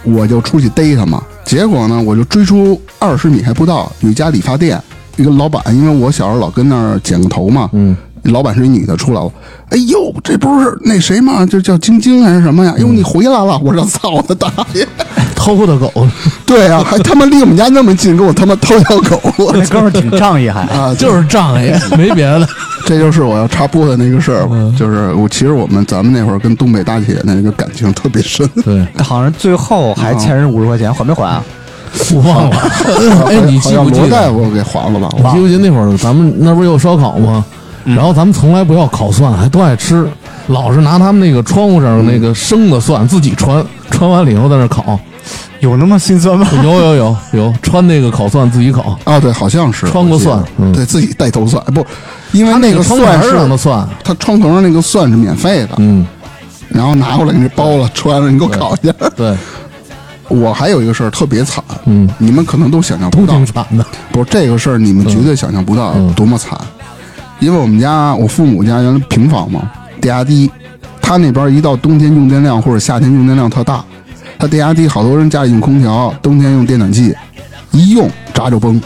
[SPEAKER 2] 我就出去逮它嘛。结果呢，我就追出二十米还不到，有一家理发店，一个老板，因为我小时候老跟那儿剪个头嘛，嗯，老板是一女的出来了，哎呦，这不是那谁吗？就叫晶晶还是什么呀？哎哟，你回来了！我说操他大爷！
[SPEAKER 3] 偷的狗，
[SPEAKER 2] 对啊，还他妈离我们家那么近，给我他妈偷条
[SPEAKER 3] (laughs)
[SPEAKER 2] 狗！我
[SPEAKER 1] 那哥们儿挺仗义还，
[SPEAKER 2] 啊，就
[SPEAKER 3] 就是仗 (laughs) 义，没别的。
[SPEAKER 2] 这就是我要插播的那个事儿，
[SPEAKER 3] 嗯
[SPEAKER 2] 就是我其实我们咱们那会儿跟东北大姐那个感情特别深，
[SPEAKER 3] 对，
[SPEAKER 1] 好像最后还欠人五十块钱，还没还啊？
[SPEAKER 3] 我忘了。 (laughs) 哎，你
[SPEAKER 2] 好
[SPEAKER 3] 记
[SPEAKER 2] 像
[SPEAKER 3] 不
[SPEAKER 2] 罗
[SPEAKER 3] 记
[SPEAKER 2] 大
[SPEAKER 3] 得？
[SPEAKER 2] 夫给划了吧？
[SPEAKER 3] 你记不记得那会儿咱们那不是有烧烤吗？然后咱们从来不要烤蒜，还都爱吃，老是拿他们那个窗户上那个生的蒜自己穿，穿完了以后在那烤。
[SPEAKER 1] 有那么心酸吗？
[SPEAKER 3] 有有有有，穿那个烤蒜自己烤，
[SPEAKER 2] 啊，对，好像是
[SPEAKER 3] 穿过蒜
[SPEAKER 2] 我记得
[SPEAKER 3] 嗯
[SPEAKER 2] 对自己带头蒜，不，因为那个
[SPEAKER 3] 窗
[SPEAKER 2] 蒜
[SPEAKER 3] 帘
[SPEAKER 2] 是
[SPEAKER 3] 上的蒜。
[SPEAKER 2] 他窗头上那个蒜是免费的，
[SPEAKER 3] 嗯，
[SPEAKER 2] 然后拿过来给你包了，穿了，你给我烤一下。
[SPEAKER 3] 对，
[SPEAKER 2] 我还有一个事儿特别惨，
[SPEAKER 3] 嗯，
[SPEAKER 2] 你们可能都想象
[SPEAKER 3] 都
[SPEAKER 2] 不到
[SPEAKER 3] 挺，惨的。
[SPEAKER 2] 不是这个事儿，你们绝对想象不到
[SPEAKER 3] 嗯
[SPEAKER 2] 多么惨，因为我们家我父母家原来平房嘛，地下低，他那边一到冬天用电量或者夏天用电量特大，他地下低好多人家里用空调，冬天用电暖气，一用闸就崩，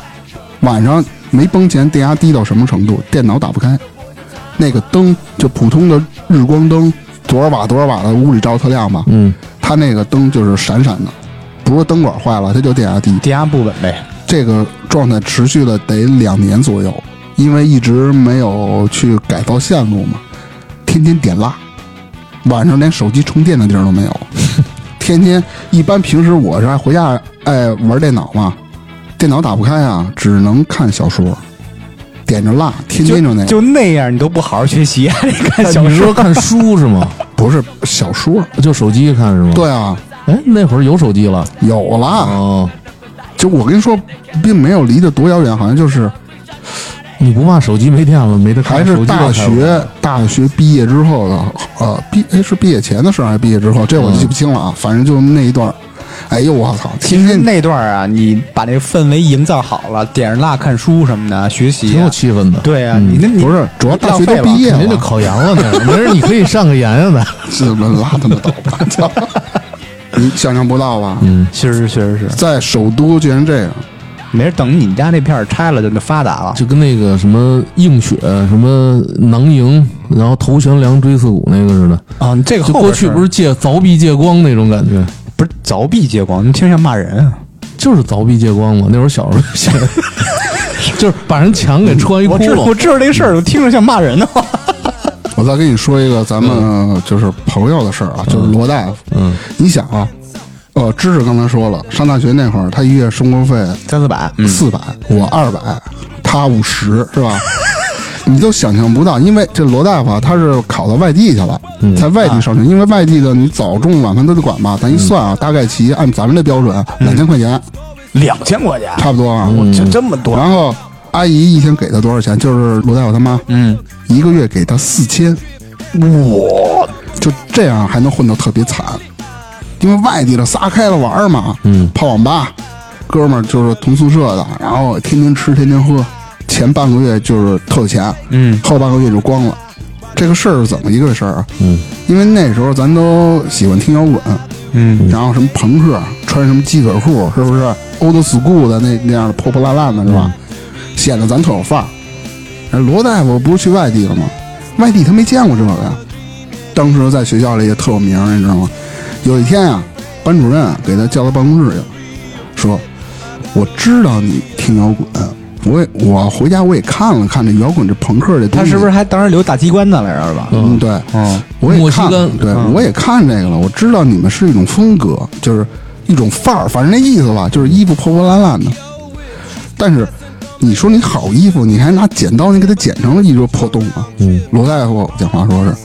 [SPEAKER 2] 晚上没崩前电压低到什么程度，电脑打不开，那个灯就普通的日光灯多少瓦多少瓦的屋里照特亮吧，
[SPEAKER 3] 嗯，
[SPEAKER 2] 它那个灯就是闪闪的，不是灯管坏了，它就电压低。
[SPEAKER 1] 抵押不稳呗。
[SPEAKER 2] 这个状态持续了得两年左右，因为一直没有去改造线路嘛，天天点蜡，晚上连手机充电的地儿都没有， (laughs) 天天一般平时我是爱回家爱玩电脑嘛，电脑打不开啊，只能看小说，点着蜡，天天就那个，
[SPEAKER 1] 就那样，你都不好好学习，还得看小
[SPEAKER 3] 你是说
[SPEAKER 1] 说。
[SPEAKER 3] 看书是 (laughs) 吗？
[SPEAKER 2] 不是小说，
[SPEAKER 3] 就手机看是吗？。
[SPEAKER 2] 对啊，
[SPEAKER 3] 哎，那会儿有手机了。
[SPEAKER 2] 有啦，
[SPEAKER 3] 哦，
[SPEAKER 2] 就我跟你说，并没有离得多遥远，好像就是
[SPEAKER 3] 你不怕手机没电了，没得看
[SPEAKER 2] 还是
[SPEAKER 3] 手机都
[SPEAKER 2] 大
[SPEAKER 3] 开不了
[SPEAKER 2] 学大学毕业之后的，呃，毕哎是毕业前的事儿还是毕业之后？这我记不清了啊，反正就那一段儿。哎呦我操，
[SPEAKER 1] 其实
[SPEAKER 2] 天天
[SPEAKER 1] 那段啊，你把这氛围营造好了，点着蜡看书什么的，学习
[SPEAKER 3] 挺
[SPEAKER 1] 啊、
[SPEAKER 3] 有气氛的。，
[SPEAKER 1] 对啊，你那你
[SPEAKER 2] 不是主要大学都
[SPEAKER 1] 浪费了
[SPEAKER 2] 毕业
[SPEAKER 3] 肯定就
[SPEAKER 2] 了，
[SPEAKER 3] 考研了呢。没事，你可以上个啊研呀的。
[SPEAKER 2] 怎么拉他们倒吧？操，你想象不到吧？
[SPEAKER 1] 确实确实是，
[SPEAKER 2] 在首都居然这样，
[SPEAKER 1] 没事，等你们家那片儿拆了就就发达了。
[SPEAKER 3] (laughs) 就跟那个什么映雪、什么囊萤，然后头悬梁锥刺股那个似的。
[SPEAKER 1] 啊，这个
[SPEAKER 3] 就
[SPEAKER 1] 后
[SPEAKER 3] 过
[SPEAKER 1] 边
[SPEAKER 3] 去
[SPEAKER 1] 儿
[SPEAKER 3] 不是借凿壁借光那种感觉，
[SPEAKER 1] 不是凿壁借光，你听着像骂人啊！
[SPEAKER 3] 就是凿壁借光嘛。那会儿小时候写， (laughs) 就是把人墙给穿一窟
[SPEAKER 1] 我知道我
[SPEAKER 3] 窿。
[SPEAKER 1] 知道这个事儿，我听着像骂人的啊话。
[SPEAKER 2] 我再跟你说一个咱们就是朋友的事儿啊，就是罗大夫。嗯，你想啊，呃，知识刚才说了，上大学那会儿他一月生活费
[SPEAKER 1] 三四百，嗯
[SPEAKER 2] 四百，我二百，他五十，是吧？ (laughs) 你都想象不到，因为这罗大夫啊，他是考到外地去了，在外地上学，因为外地的你早中晚饭都得管吧，咱一算啊，大概齐按咱们这标准，两千块钱
[SPEAKER 1] 两千块钱，
[SPEAKER 2] 差不多啊。
[SPEAKER 1] 就这么多。
[SPEAKER 2] 然后阿姨一天给他多少钱？就是罗大夫他妈，
[SPEAKER 1] 嗯，
[SPEAKER 2] 一个月给他四千，
[SPEAKER 1] 我
[SPEAKER 2] 就这样还能混得特别惨，因为外地的撒开了玩儿嘛，嗯，泡网吧，哥们儿就是同宿舍的，然后天天吃，天天喝，前半个月就是特有钱，
[SPEAKER 1] 嗯，
[SPEAKER 2] 后半个月就光了。这个事儿是怎么一个事儿啊？嗯，因为那时候咱都喜欢听摇滚，
[SPEAKER 1] 嗯，
[SPEAKER 2] 然后什么朋克，穿什么鸡腿裤，是不是？old school 的那那样的破破烂烂的，是吧？
[SPEAKER 1] 嗯
[SPEAKER 2] 显得咱特有范儿。哎罗大夫不是去外地了吗？外地他没见过这个呀。当时在学校里也特有名儿，你知道吗？有一天啊，班主任给他叫到办公室去了，说：“我知道你听摇滚，我也我回家我也看了看这摇滚这朋克这东
[SPEAKER 1] 他
[SPEAKER 2] 西。”
[SPEAKER 1] 是不是还当时留大机关呢来着是吧？
[SPEAKER 2] 嗯，对，
[SPEAKER 1] 嗯，
[SPEAKER 2] 我也
[SPEAKER 3] 莫西
[SPEAKER 2] 看，
[SPEAKER 3] 干
[SPEAKER 2] 对、
[SPEAKER 1] 嗯
[SPEAKER 2] 我也看这个了，我知道你们是一种风格，就是一种范儿，反正那意思吧，就是衣服破破烂烂的。但是你说你好衣服，你还拿剪刀你给它剪成了一个破洞啊！嗯，罗大夫讲话说是，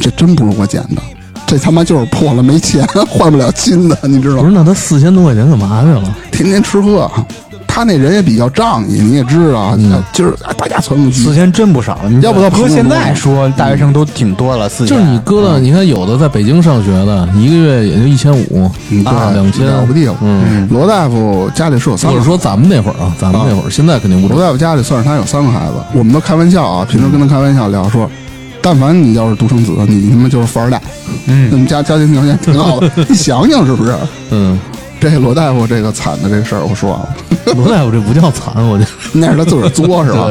[SPEAKER 2] 这真不是我剪的，这他妈就是破了，没钱换不了新的，你知道
[SPEAKER 3] 不
[SPEAKER 2] 吗？
[SPEAKER 3] 是，那他四千多块钱干嘛去了？
[SPEAKER 2] 天天吃喝，啊他那人也比较仗义，你也知道，
[SPEAKER 3] 嗯
[SPEAKER 2] 今儿哎大家存个机
[SPEAKER 1] 四，千真不少了，你
[SPEAKER 2] 要不到
[SPEAKER 1] 搁
[SPEAKER 2] 朋友
[SPEAKER 1] 现
[SPEAKER 2] 多
[SPEAKER 1] 在说大学生都挺多了，四千
[SPEAKER 3] 就是你搁到，你看有的在北京上学的，一个月也就一千五，啊
[SPEAKER 2] 嗯对，
[SPEAKER 3] 两千
[SPEAKER 2] 了不地了。
[SPEAKER 3] 嗯，
[SPEAKER 2] 罗大夫家里是有三
[SPEAKER 3] 或
[SPEAKER 2] 个
[SPEAKER 3] 者说咱们那会儿啊，咱们那会儿，现在肯定不
[SPEAKER 2] 罗
[SPEAKER 3] 知道。
[SPEAKER 2] 大夫家里算是他有三个孩子，我们都开玩笑啊，平时跟他开玩笑聊说，但凡你要是独生子，你他妈就是富二代，嗯，你们家家庭条件挺好的，你想想是不是？
[SPEAKER 3] (laughs) 嗯，
[SPEAKER 2] 这罗大夫这个惨的这个事儿，我说完啊了，
[SPEAKER 3] 罗大夫这不叫惨，我觉得。
[SPEAKER 2] 那是他自个儿作是吧？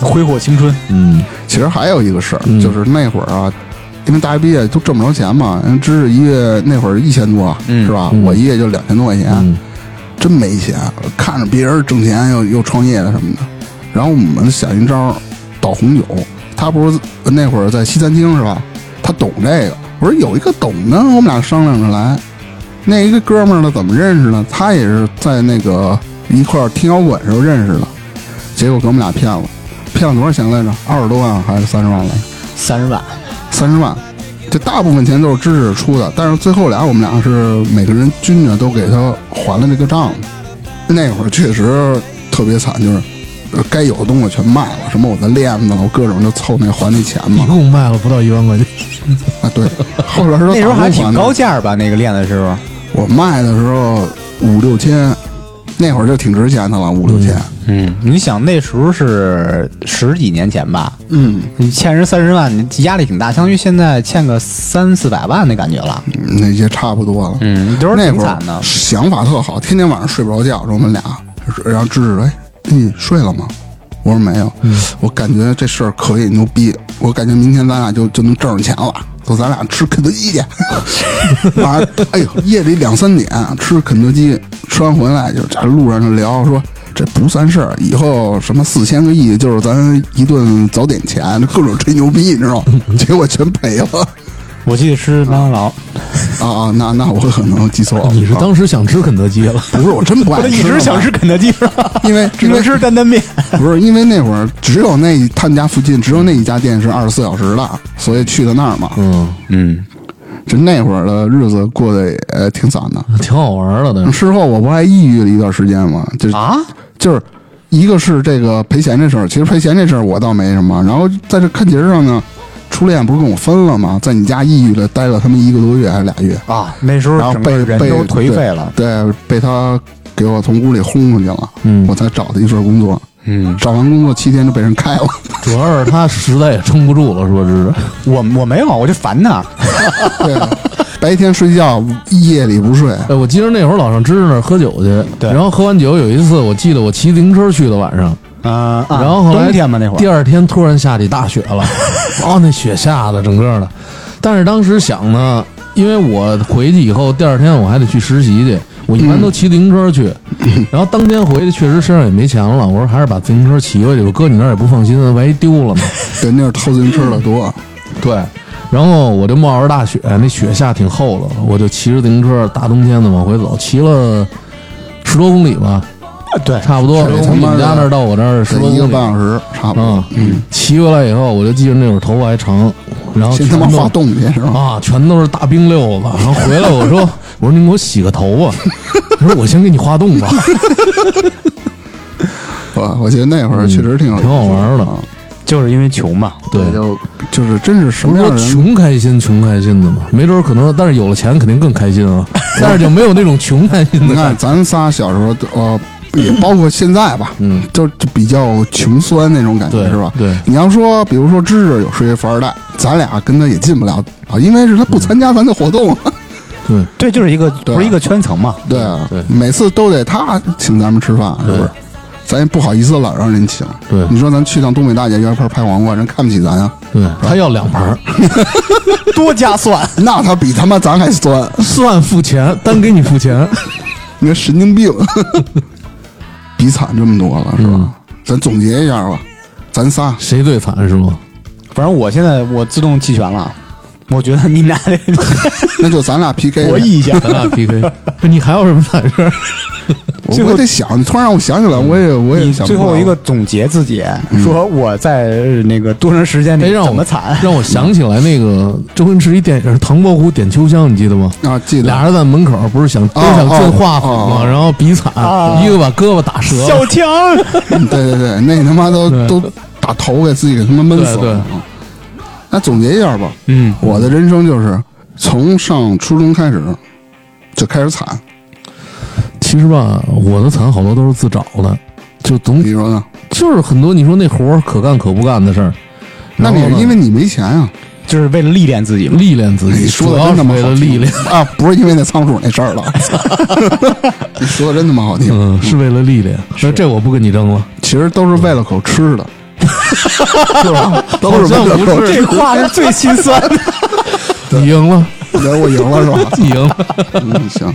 [SPEAKER 1] 挥霍青春，
[SPEAKER 3] 嗯，
[SPEAKER 2] 其实还有一个事儿，
[SPEAKER 1] 嗯
[SPEAKER 2] 就是那会儿啊，因为大学毕业都挣不着钱嘛，人知识一月那会儿一千多，
[SPEAKER 1] 嗯
[SPEAKER 2] 是吧？我一月就两千多块钱，
[SPEAKER 3] 嗯
[SPEAKER 2] 真没钱。看着别人挣钱又又创业的什么的，然后我们想一招儿倒红酒。他不是那会儿在西餐厅是吧？他懂这个。我说有一个懂的，我们俩商量着来。那一个哥们儿呢，怎么认识呢？他也是在那个一块儿听摇滚时候认识的，结果给我们俩骗了，骗了多少钱来着？二十多万还是三十万来着？
[SPEAKER 5] 三十万，
[SPEAKER 2] 三十万，这大部分钱都是知识出的，但是最后俩我们俩是每个人均着都给他还了这个账。那会儿确实特别惨，就是呃该有的东西全卖了，什么我的链子，我各种就凑那还那钱
[SPEAKER 3] 一
[SPEAKER 1] (laughs)
[SPEAKER 2] 嘛。
[SPEAKER 3] 共卖了不到一万块钱，
[SPEAKER 2] 啊，对，后边是
[SPEAKER 1] 那时候
[SPEAKER 2] 打工
[SPEAKER 1] 还
[SPEAKER 2] 还
[SPEAKER 1] 挺
[SPEAKER 2] 的
[SPEAKER 1] 高价吧？那个链子是不是？
[SPEAKER 2] 我卖的时候五六千，那会儿就挺值钱的了，五六千。
[SPEAKER 1] 嗯，你想那时候是十几年前吧？
[SPEAKER 2] 嗯，
[SPEAKER 1] 你欠人三十万，你压力挺大，相当于现在欠个三四百万的感觉了。
[SPEAKER 2] 那些差不多了。
[SPEAKER 1] 嗯都是
[SPEAKER 2] 那
[SPEAKER 1] 挺
[SPEAKER 2] 会
[SPEAKER 1] 惨
[SPEAKER 2] 儿
[SPEAKER 1] 的
[SPEAKER 2] 想法特好，天天晚上睡不着觉，我们俩，然后芝芝哎，你睡了吗？我说没有，
[SPEAKER 1] 嗯
[SPEAKER 2] 我感觉这事儿可以牛逼，我感觉明天咱俩就就能挣着钱了，走，咱俩吃肯德基去。 (laughs) 晚上，哎呦，夜里两三点吃肯德基，吃完回来就在路上就聊说。这不算事儿，以后什么四千个亿就是咱一顿早点钱，各种吹牛逼，你知道吗？结果全赔了
[SPEAKER 1] 我记得吃麦当劳，
[SPEAKER 2] 啊啊！那那我可能记错了，
[SPEAKER 3] 你是
[SPEAKER 2] 啊
[SPEAKER 3] 当时想吃肯德基了？
[SPEAKER 2] 不是，我真不爱
[SPEAKER 1] (laughs) 我
[SPEAKER 2] 吃。
[SPEAKER 1] 一直想吃，肯德基是
[SPEAKER 2] (laughs)
[SPEAKER 1] 吧？
[SPEAKER 2] 因为
[SPEAKER 1] 只
[SPEAKER 2] 因为
[SPEAKER 1] 能吃担担面。
[SPEAKER 2] 不是因为那会儿只有那一他们家附近只有那一家店是二十四小时的，所以去的那儿嘛。
[SPEAKER 3] 嗯，
[SPEAKER 1] 嗯，
[SPEAKER 2] 就那会儿的日子过得也呃挺惨
[SPEAKER 1] 嗯
[SPEAKER 2] 的。
[SPEAKER 3] (laughs) 挺好玩的，但是
[SPEAKER 2] 事后我不还抑郁了一段时间吗？就是
[SPEAKER 1] 啊，
[SPEAKER 2] 就是一个是这个赔钱这事儿，其实赔钱这事儿我倒没什么。然后在这看节上呢，初恋不是跟我分了吗？在你家抑郁了待了他们一个多月还是俩月，
[SPEAKER 1] 啊，那时
[SPEAKER 2] 然
[SPEAKER 1] 候
[SPEAKER 2] 后
[SPEAKER 1] 整
[SPEAKER 2] 被
[SPEAKER 1] 个人
[SPEAKER 2] 被
[SPEAKER 1] 都颓废了。
[SPEAKER 2] 对，对被他给我从屋里轰出去了，
[SPEAKER 3] 嗯
[SPEAKER 2] 我才找的一份工作。
[SPEAKER 1] 嗯，
[SPEAKER 2] 找完工作七天就被人开了。 (laughs)
[SPEAKER 3] 主要是他实在也撑不住了，说 (laughs) 是
[SPEAKER 1] 我我没有，我就烦他。
[SPEAKER 2] 对啊，白天睡觉，夜里不睡。
[SPEAKER 3] 哎，我记得那会儿老上芝芝那儿喝酒去，
[SPEAKER 1] 对
[SPEAKER 3] 然后喝完酒有一次，我记得我骑自行车去的晚上，
[SPEAKER 1] 嗯，
[SPEAKER 3] 然后后来
[SPEAKER 1] 冬天嘛那会
[SPEAKER 3] 第
[SPEAKER 1] 儿，
[SPEAKER 3] 二啊天突然下起大雪 (laughs) 了，哦，那雪下的整个的，但是当时想呢，因为我回去以后第二天我还得去实习去，我一般都骑自行车 (laughs) 去，然后当天回去确实身上也没钱了，我说还是把自行车骑回去，我搁你那儿也不放心，万一丢了呢。
[SPEAKER 2] 对，那是偷自行车的多。
[SPEAKER 3] 对，然后我就冒着大雪，那雪下挺厚了，我就骑着自行车，大冬天的往回走，骑了十多公里吧，
[SPEAKER 1] 对，
[SPEAKER 3] 差不多
[SPEAKER 2] 这他
[SPEAKER 3] 从你
[SPEAKER 2] 妈
[SPEAKER 3] 们
[SPEAKER 2] 的
[SPEAKER 3] 家那儿到我这儿十
[SPEAKER 2] 得
[SPEAKER 3] 多公里，
[SPEAKER 2] 一个半小时差不多
[SPEAKER 3] 啊。，嗯，骑回来以后，我就记着那会儿头发还长，然后
[SPEAKER 2] 先他妈
[SPEAKER 3] 全都
[SPEAKER 2] 化冻去是吧？
[SPEAKER 3] 啊，全都是大冰溜子。然后回来我说，我说您给我洗个头吧，他说我先给你
[SPEAKER 2] (laughs)
[SPEAKER 3] 化冻吧，
[SPEAKER 2] 我我觉得那会儿确实挺
[SPEAKER 3] 嗯挺好玩的
[SPEAKER 2] 啊
[SPEAKER 1] 就是因为穷嘛。
[SPEAKER 3] 对。
[SPEAKER 2] 就就是真是什
[SPEAKER 3] 不
[SPEAKER 2] 么
[SPEAKER 3] 是
[SPEAKER 2] 样的
[SPEAKER 3] 说
[SPEAKER 2] 人，
[SPEAKER 3] 穷开心，穷开心的嘛，没准儿可能，但是有了钱肯定更开心
[SPEAKER 2] (laughs)
[SPEAKER 3] 啊，但是就没有那种穷开心
[SPEAKER 2] 你
[SPEAKER 3] 的感
[SPEAKER 2] 看
[SPEAKER 3] 觉。
[SPEAKER 2] 咱仨小时候都，呃，也包括现在吧，
[SPEAKER 3] 嗯，
[SPEAKER 2] 就就比较穷酸那种感觉
[SPEAKER 3] 对
[SPEAKER 2] 是吧？
[SPEAKER 3] 对
[SPEAKER 2] 你要说，比如说芝芝有是一富二代，咱俩跟他也进不了啊，因为是他不
[SPEAKER 3] 嗯
[SPEAKER 2] 参加咱的活动。
[SPEAKER 3] 对，
[SPEAKER 1] 对，就是一个
[SPEAKER 2] 对
[SPEAKER 1] 不是一个圈层嘛。
[SPEAKER 2] 对啊
[SPEAKER 3] 对，
[SPEAKER 2] 每次都得他请咱们吃饭，是不
[SPEAKER 3] 对
[SPEAKER 2] 是？咱也不好意思老让人请。
[SPEAKER 3] 对
[SPEAKER 2] 你说咱去趟东北大姐原盘拍黄瓜，人看不起咱啊？
[SPEAKER 3] 对，嗯他要两盘儿，
[SPEAKER 1] (laughs) 多加蒜，
[SPEAKER 2] 那他比他妈咱还酸，
[SPEAKER 3] 算付钱，单给你付钱。
[SPEAKER 2] 你说神经病！ (laughs) 比惨这么多了，是吧？
[SPEAKER 3] 嗯
[SPEAKER 2] 咱总结一下吧，咱仨
[SPEAKER 3] 谁最惨是吗？
[SPEAKER 1] 反正我现在我自动弃权了。我 (laughs) 觉得你们俩得
[SPEAKER 2] 那就咱俩 PK
[SPEAKER 1] 博弈
[SPEAKER 2] 呗。
[SPEAKER 1] 一 (laughs) 下。
[SPEAKER 3] 咱俩 PK，不你还有什么惨
[SPEAKER 2] (laughs)
[SPEAKER 3] 事儿？
[SPEAKER 2] 我
[SPEAKER 1] 最后
[SPEAKER 2] 我得想，你突然让我想
[SPEAKER 3] 嗯
[SPEAKER 2] 起来，我也我也
[SPEAKER 1] 你
[SPEAKER 2] 想
[SPEAKER 1] 最
[SPEAKER 2] 不
[SPEAKER 1] 后
[SPEAKER 2] 到
[SPEAKER 1] 一个总结自己，说我在呃那个多长时间
[SPEAKER 3] 哎，
[SPEAKER 1] 里
[SPEAKER 3] 让
[SPEAKER 1] 怎
[SPEAKER 3] 我
[SPEAKER 1] 么惨？
[SPEAKER 3] 让我想起来那个周星驰一电影《唐伯虎点秋香》，你记得吗？
[SPEAKER 2] 啊，记得
[SPEAKER 3] 俩人在门口不是想都想进画府
[SPEAKER 2] 哦哦啊
[SPEAKER 3] 吗？
[SPEAKER 2] 哦
[SPEAKER 3] 然后比惨，一个把胳膊打折了，
[SPEAKER 1] 小强，
[SPEAKER 2] 嗯对对对，那他妈都
[SPEAKER 3] (laughs) 对
[SPEAKER 2] 都打头给自己给他妈闷死
[SPEAKER 3] 对对
[SPEAKER 2] 了。嗯那总结一下吧，
[SPEAKER 1] 嗯，
[SPEAKER 2] 我的人生就是从上初中开始就开始惨，
[SPEAKER 3] 其实吧，我的惨好多都是自找的，就总
[SPEAKER 2] 你说呢？
[SPEAKER 3] 就是很多你说那活儿可干可不干的事儿。
[SPEAKER 2] 那你
[SPEAKER 3] 然后
[SPEAKER 2] 是
[SPEAKER 3] 呢
[SPEAKER 2] 因为你没钱啊？
[SPEAKER 1] (laughs) 就是为了历练自己嘛。
[SPEAKER 3] 历练自己，
[SPEAKER 2] 你说
[SPEAKER 3] 主
[SPEAKER 2] 的
[SPEAKER 3] 要
[SPEAKER 2] 真
[SPEAKER 3] 是
[SPEAKER 2] 他妈
[SPEAKER 3] 为
[SPEAKER 2] 好
[SPEAKER 3] 了
[SPEAKER 2] 听
[SPEAKER 3] 历练，
[SPEAKER 2] 啊，不是因为那仓鼠那事
[SPEAKER 3] (laughs)
[SPEAKER 2] 儿了。 (laughs) 你
[SPEAKER 3] 嗯
[SPEAKER 2] 说的真他妈好听，
[SPEAKER 3] 嗯，是为了历练。那这我不跟你争了。 (laughs)
[SPEAKER 2] 其实都是为了口吃的。
[SPEAKER 3] 是吧？
[SPEAKER 2] 都是
[SPEAKER 3] 好像
[SPEAKER 2] 温
[SPEAKER 3] 不
[SPEAKER 2] 州
[SPEAKER 1] (laughs) 这
[SPEAKER 3] 是，
[SPEAKER 1] 话是最心酸的。
[SPEAKER 3] 你赢了，
[SPEAKER 2] 来我赢了是吧？
[SPEAKER 3] 你赢了。
[SPEAKER 2] 嗯，行。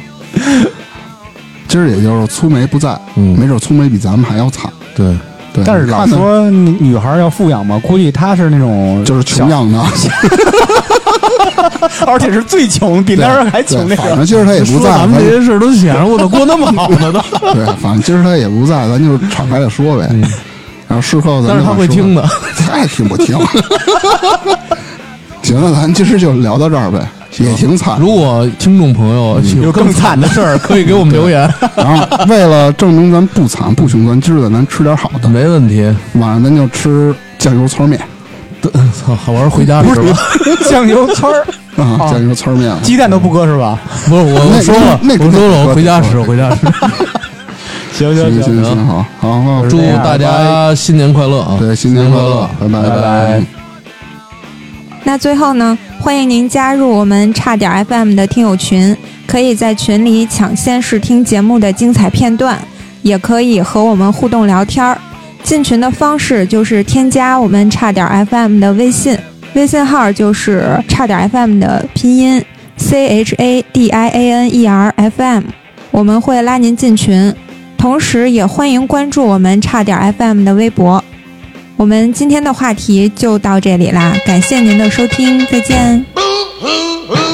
[SPEAKER 2] 今儿也就是粗梅不在，
[SPEAKER 3] 嗯
[SPEAKER 2] 没准粗梅比咱们还要惨。
[SPEAKER 3] 对，
[SPEAKER 2] 对，
[SPEAKER 1] (laughs) 但是老
[SPEAKER 2] 看的
[SPEAKER 1] 说女女孩要富养嘛，估计她是那种
[SPEAKER 2] 就是穷
[SPEAKER 1] 小，
[SPEAKER 2] 养的，
[SPEAKER 3] (laughs)
[SPEAKER 1] 而且是最穷，比那人还穷那个。
[SPEAKER 2] 对反正今儿他也不
[SPEAKER 3] 说
[SPEAKER 2] 在，
[SPEAKER 3] 咱们
[SPEAKER 2] 咱
[SPEAKER 3] 这些事儿都显着我操，过那么好呢都。
[SPEAKER 2] 对，反正今儿他也不在，咱就敞开了说呗。然后事后咱
[SPEAKER 3] 嗯但是
[SPEAKER 2] 就
[SPEAKER 3] 他会
[SPEAKER 2] 说
[SPEAKER 3] 听的，
[SPEAKER 2] (laughs) 他爱听不听。 (laughs) 行了，咱今儿就聊到这儿呗，也挺惨。
[SPEAKER 3] 如果听众朋友
[SPEAKER 1] 有
[SPEAKER 3] 有
[SPEAKER 1] 更
[SPEAKER 3] 更
[SPEAKER 1] 惨
[SPEAKER 3] 惨
[SPEAKER 1] 的
[SPEAKER 3] 的事儿，可以给我们留言，
[SPEAKER 2] 然后为了证明咱不惨不穷，咱今儿咱吃点好
[SPEAKER 3] (laughs)
[SPEAKER 2] 的，
[SPEAKER 3] 没问题。
[SPEAKER 2] 晚上咱就吃酱油汆面
[SPEAKER 3] 操，好玩，回家吃吧。
[SPEAKER 1] 酱油圈儿，
[SPEAKER 2] 啊，
[SPEAKER 3] 哦
[SPEAKER 2] 酱油汆面。
[SPEAKER 1] 鸡蛋都不搁是吧？
[SPEAKER 3] 不是我，
[SPEAKER 2] 那
[SPEAKER 3] 我说了，
[SPEAKER 2] 那那
[SPEAKER 3] 我说了，
[SPEAKER 2] 那
[SPEAKER 3] 我回家吃，我回家吃。
[SPEAKER 1] 行
[SPEAKER 2] 行
[SPEAKER 1] 行
[SPEAKER 2] 行
[SPEAKER 1] 行，
[SPEAKER 2] 行，好好，好
[SPEAKER 3] 祝大家新年快乐啊！
[SPEAKER 2] 对新年快乐，拜拜
[SPEAKER 3] 拜拜。
[SPEAKER 5] 那最后呢，欢迎您加入我们差点 FM 的听友群，可以在群里抢先试听节目的精彩片段，也可以和我们互动聊天儿。进群的方式就是添加我们差点 FM 的微信，微信号就是差点 FM 的拼音 C H A D I A N E R F M，我们会拉您进群。同时，也欢迎关注我们差点 FM 的微博。我们今天的话题就到这里啦，感谢您的收听，再见。
[SPEAKER 4] Boo hoo hoo.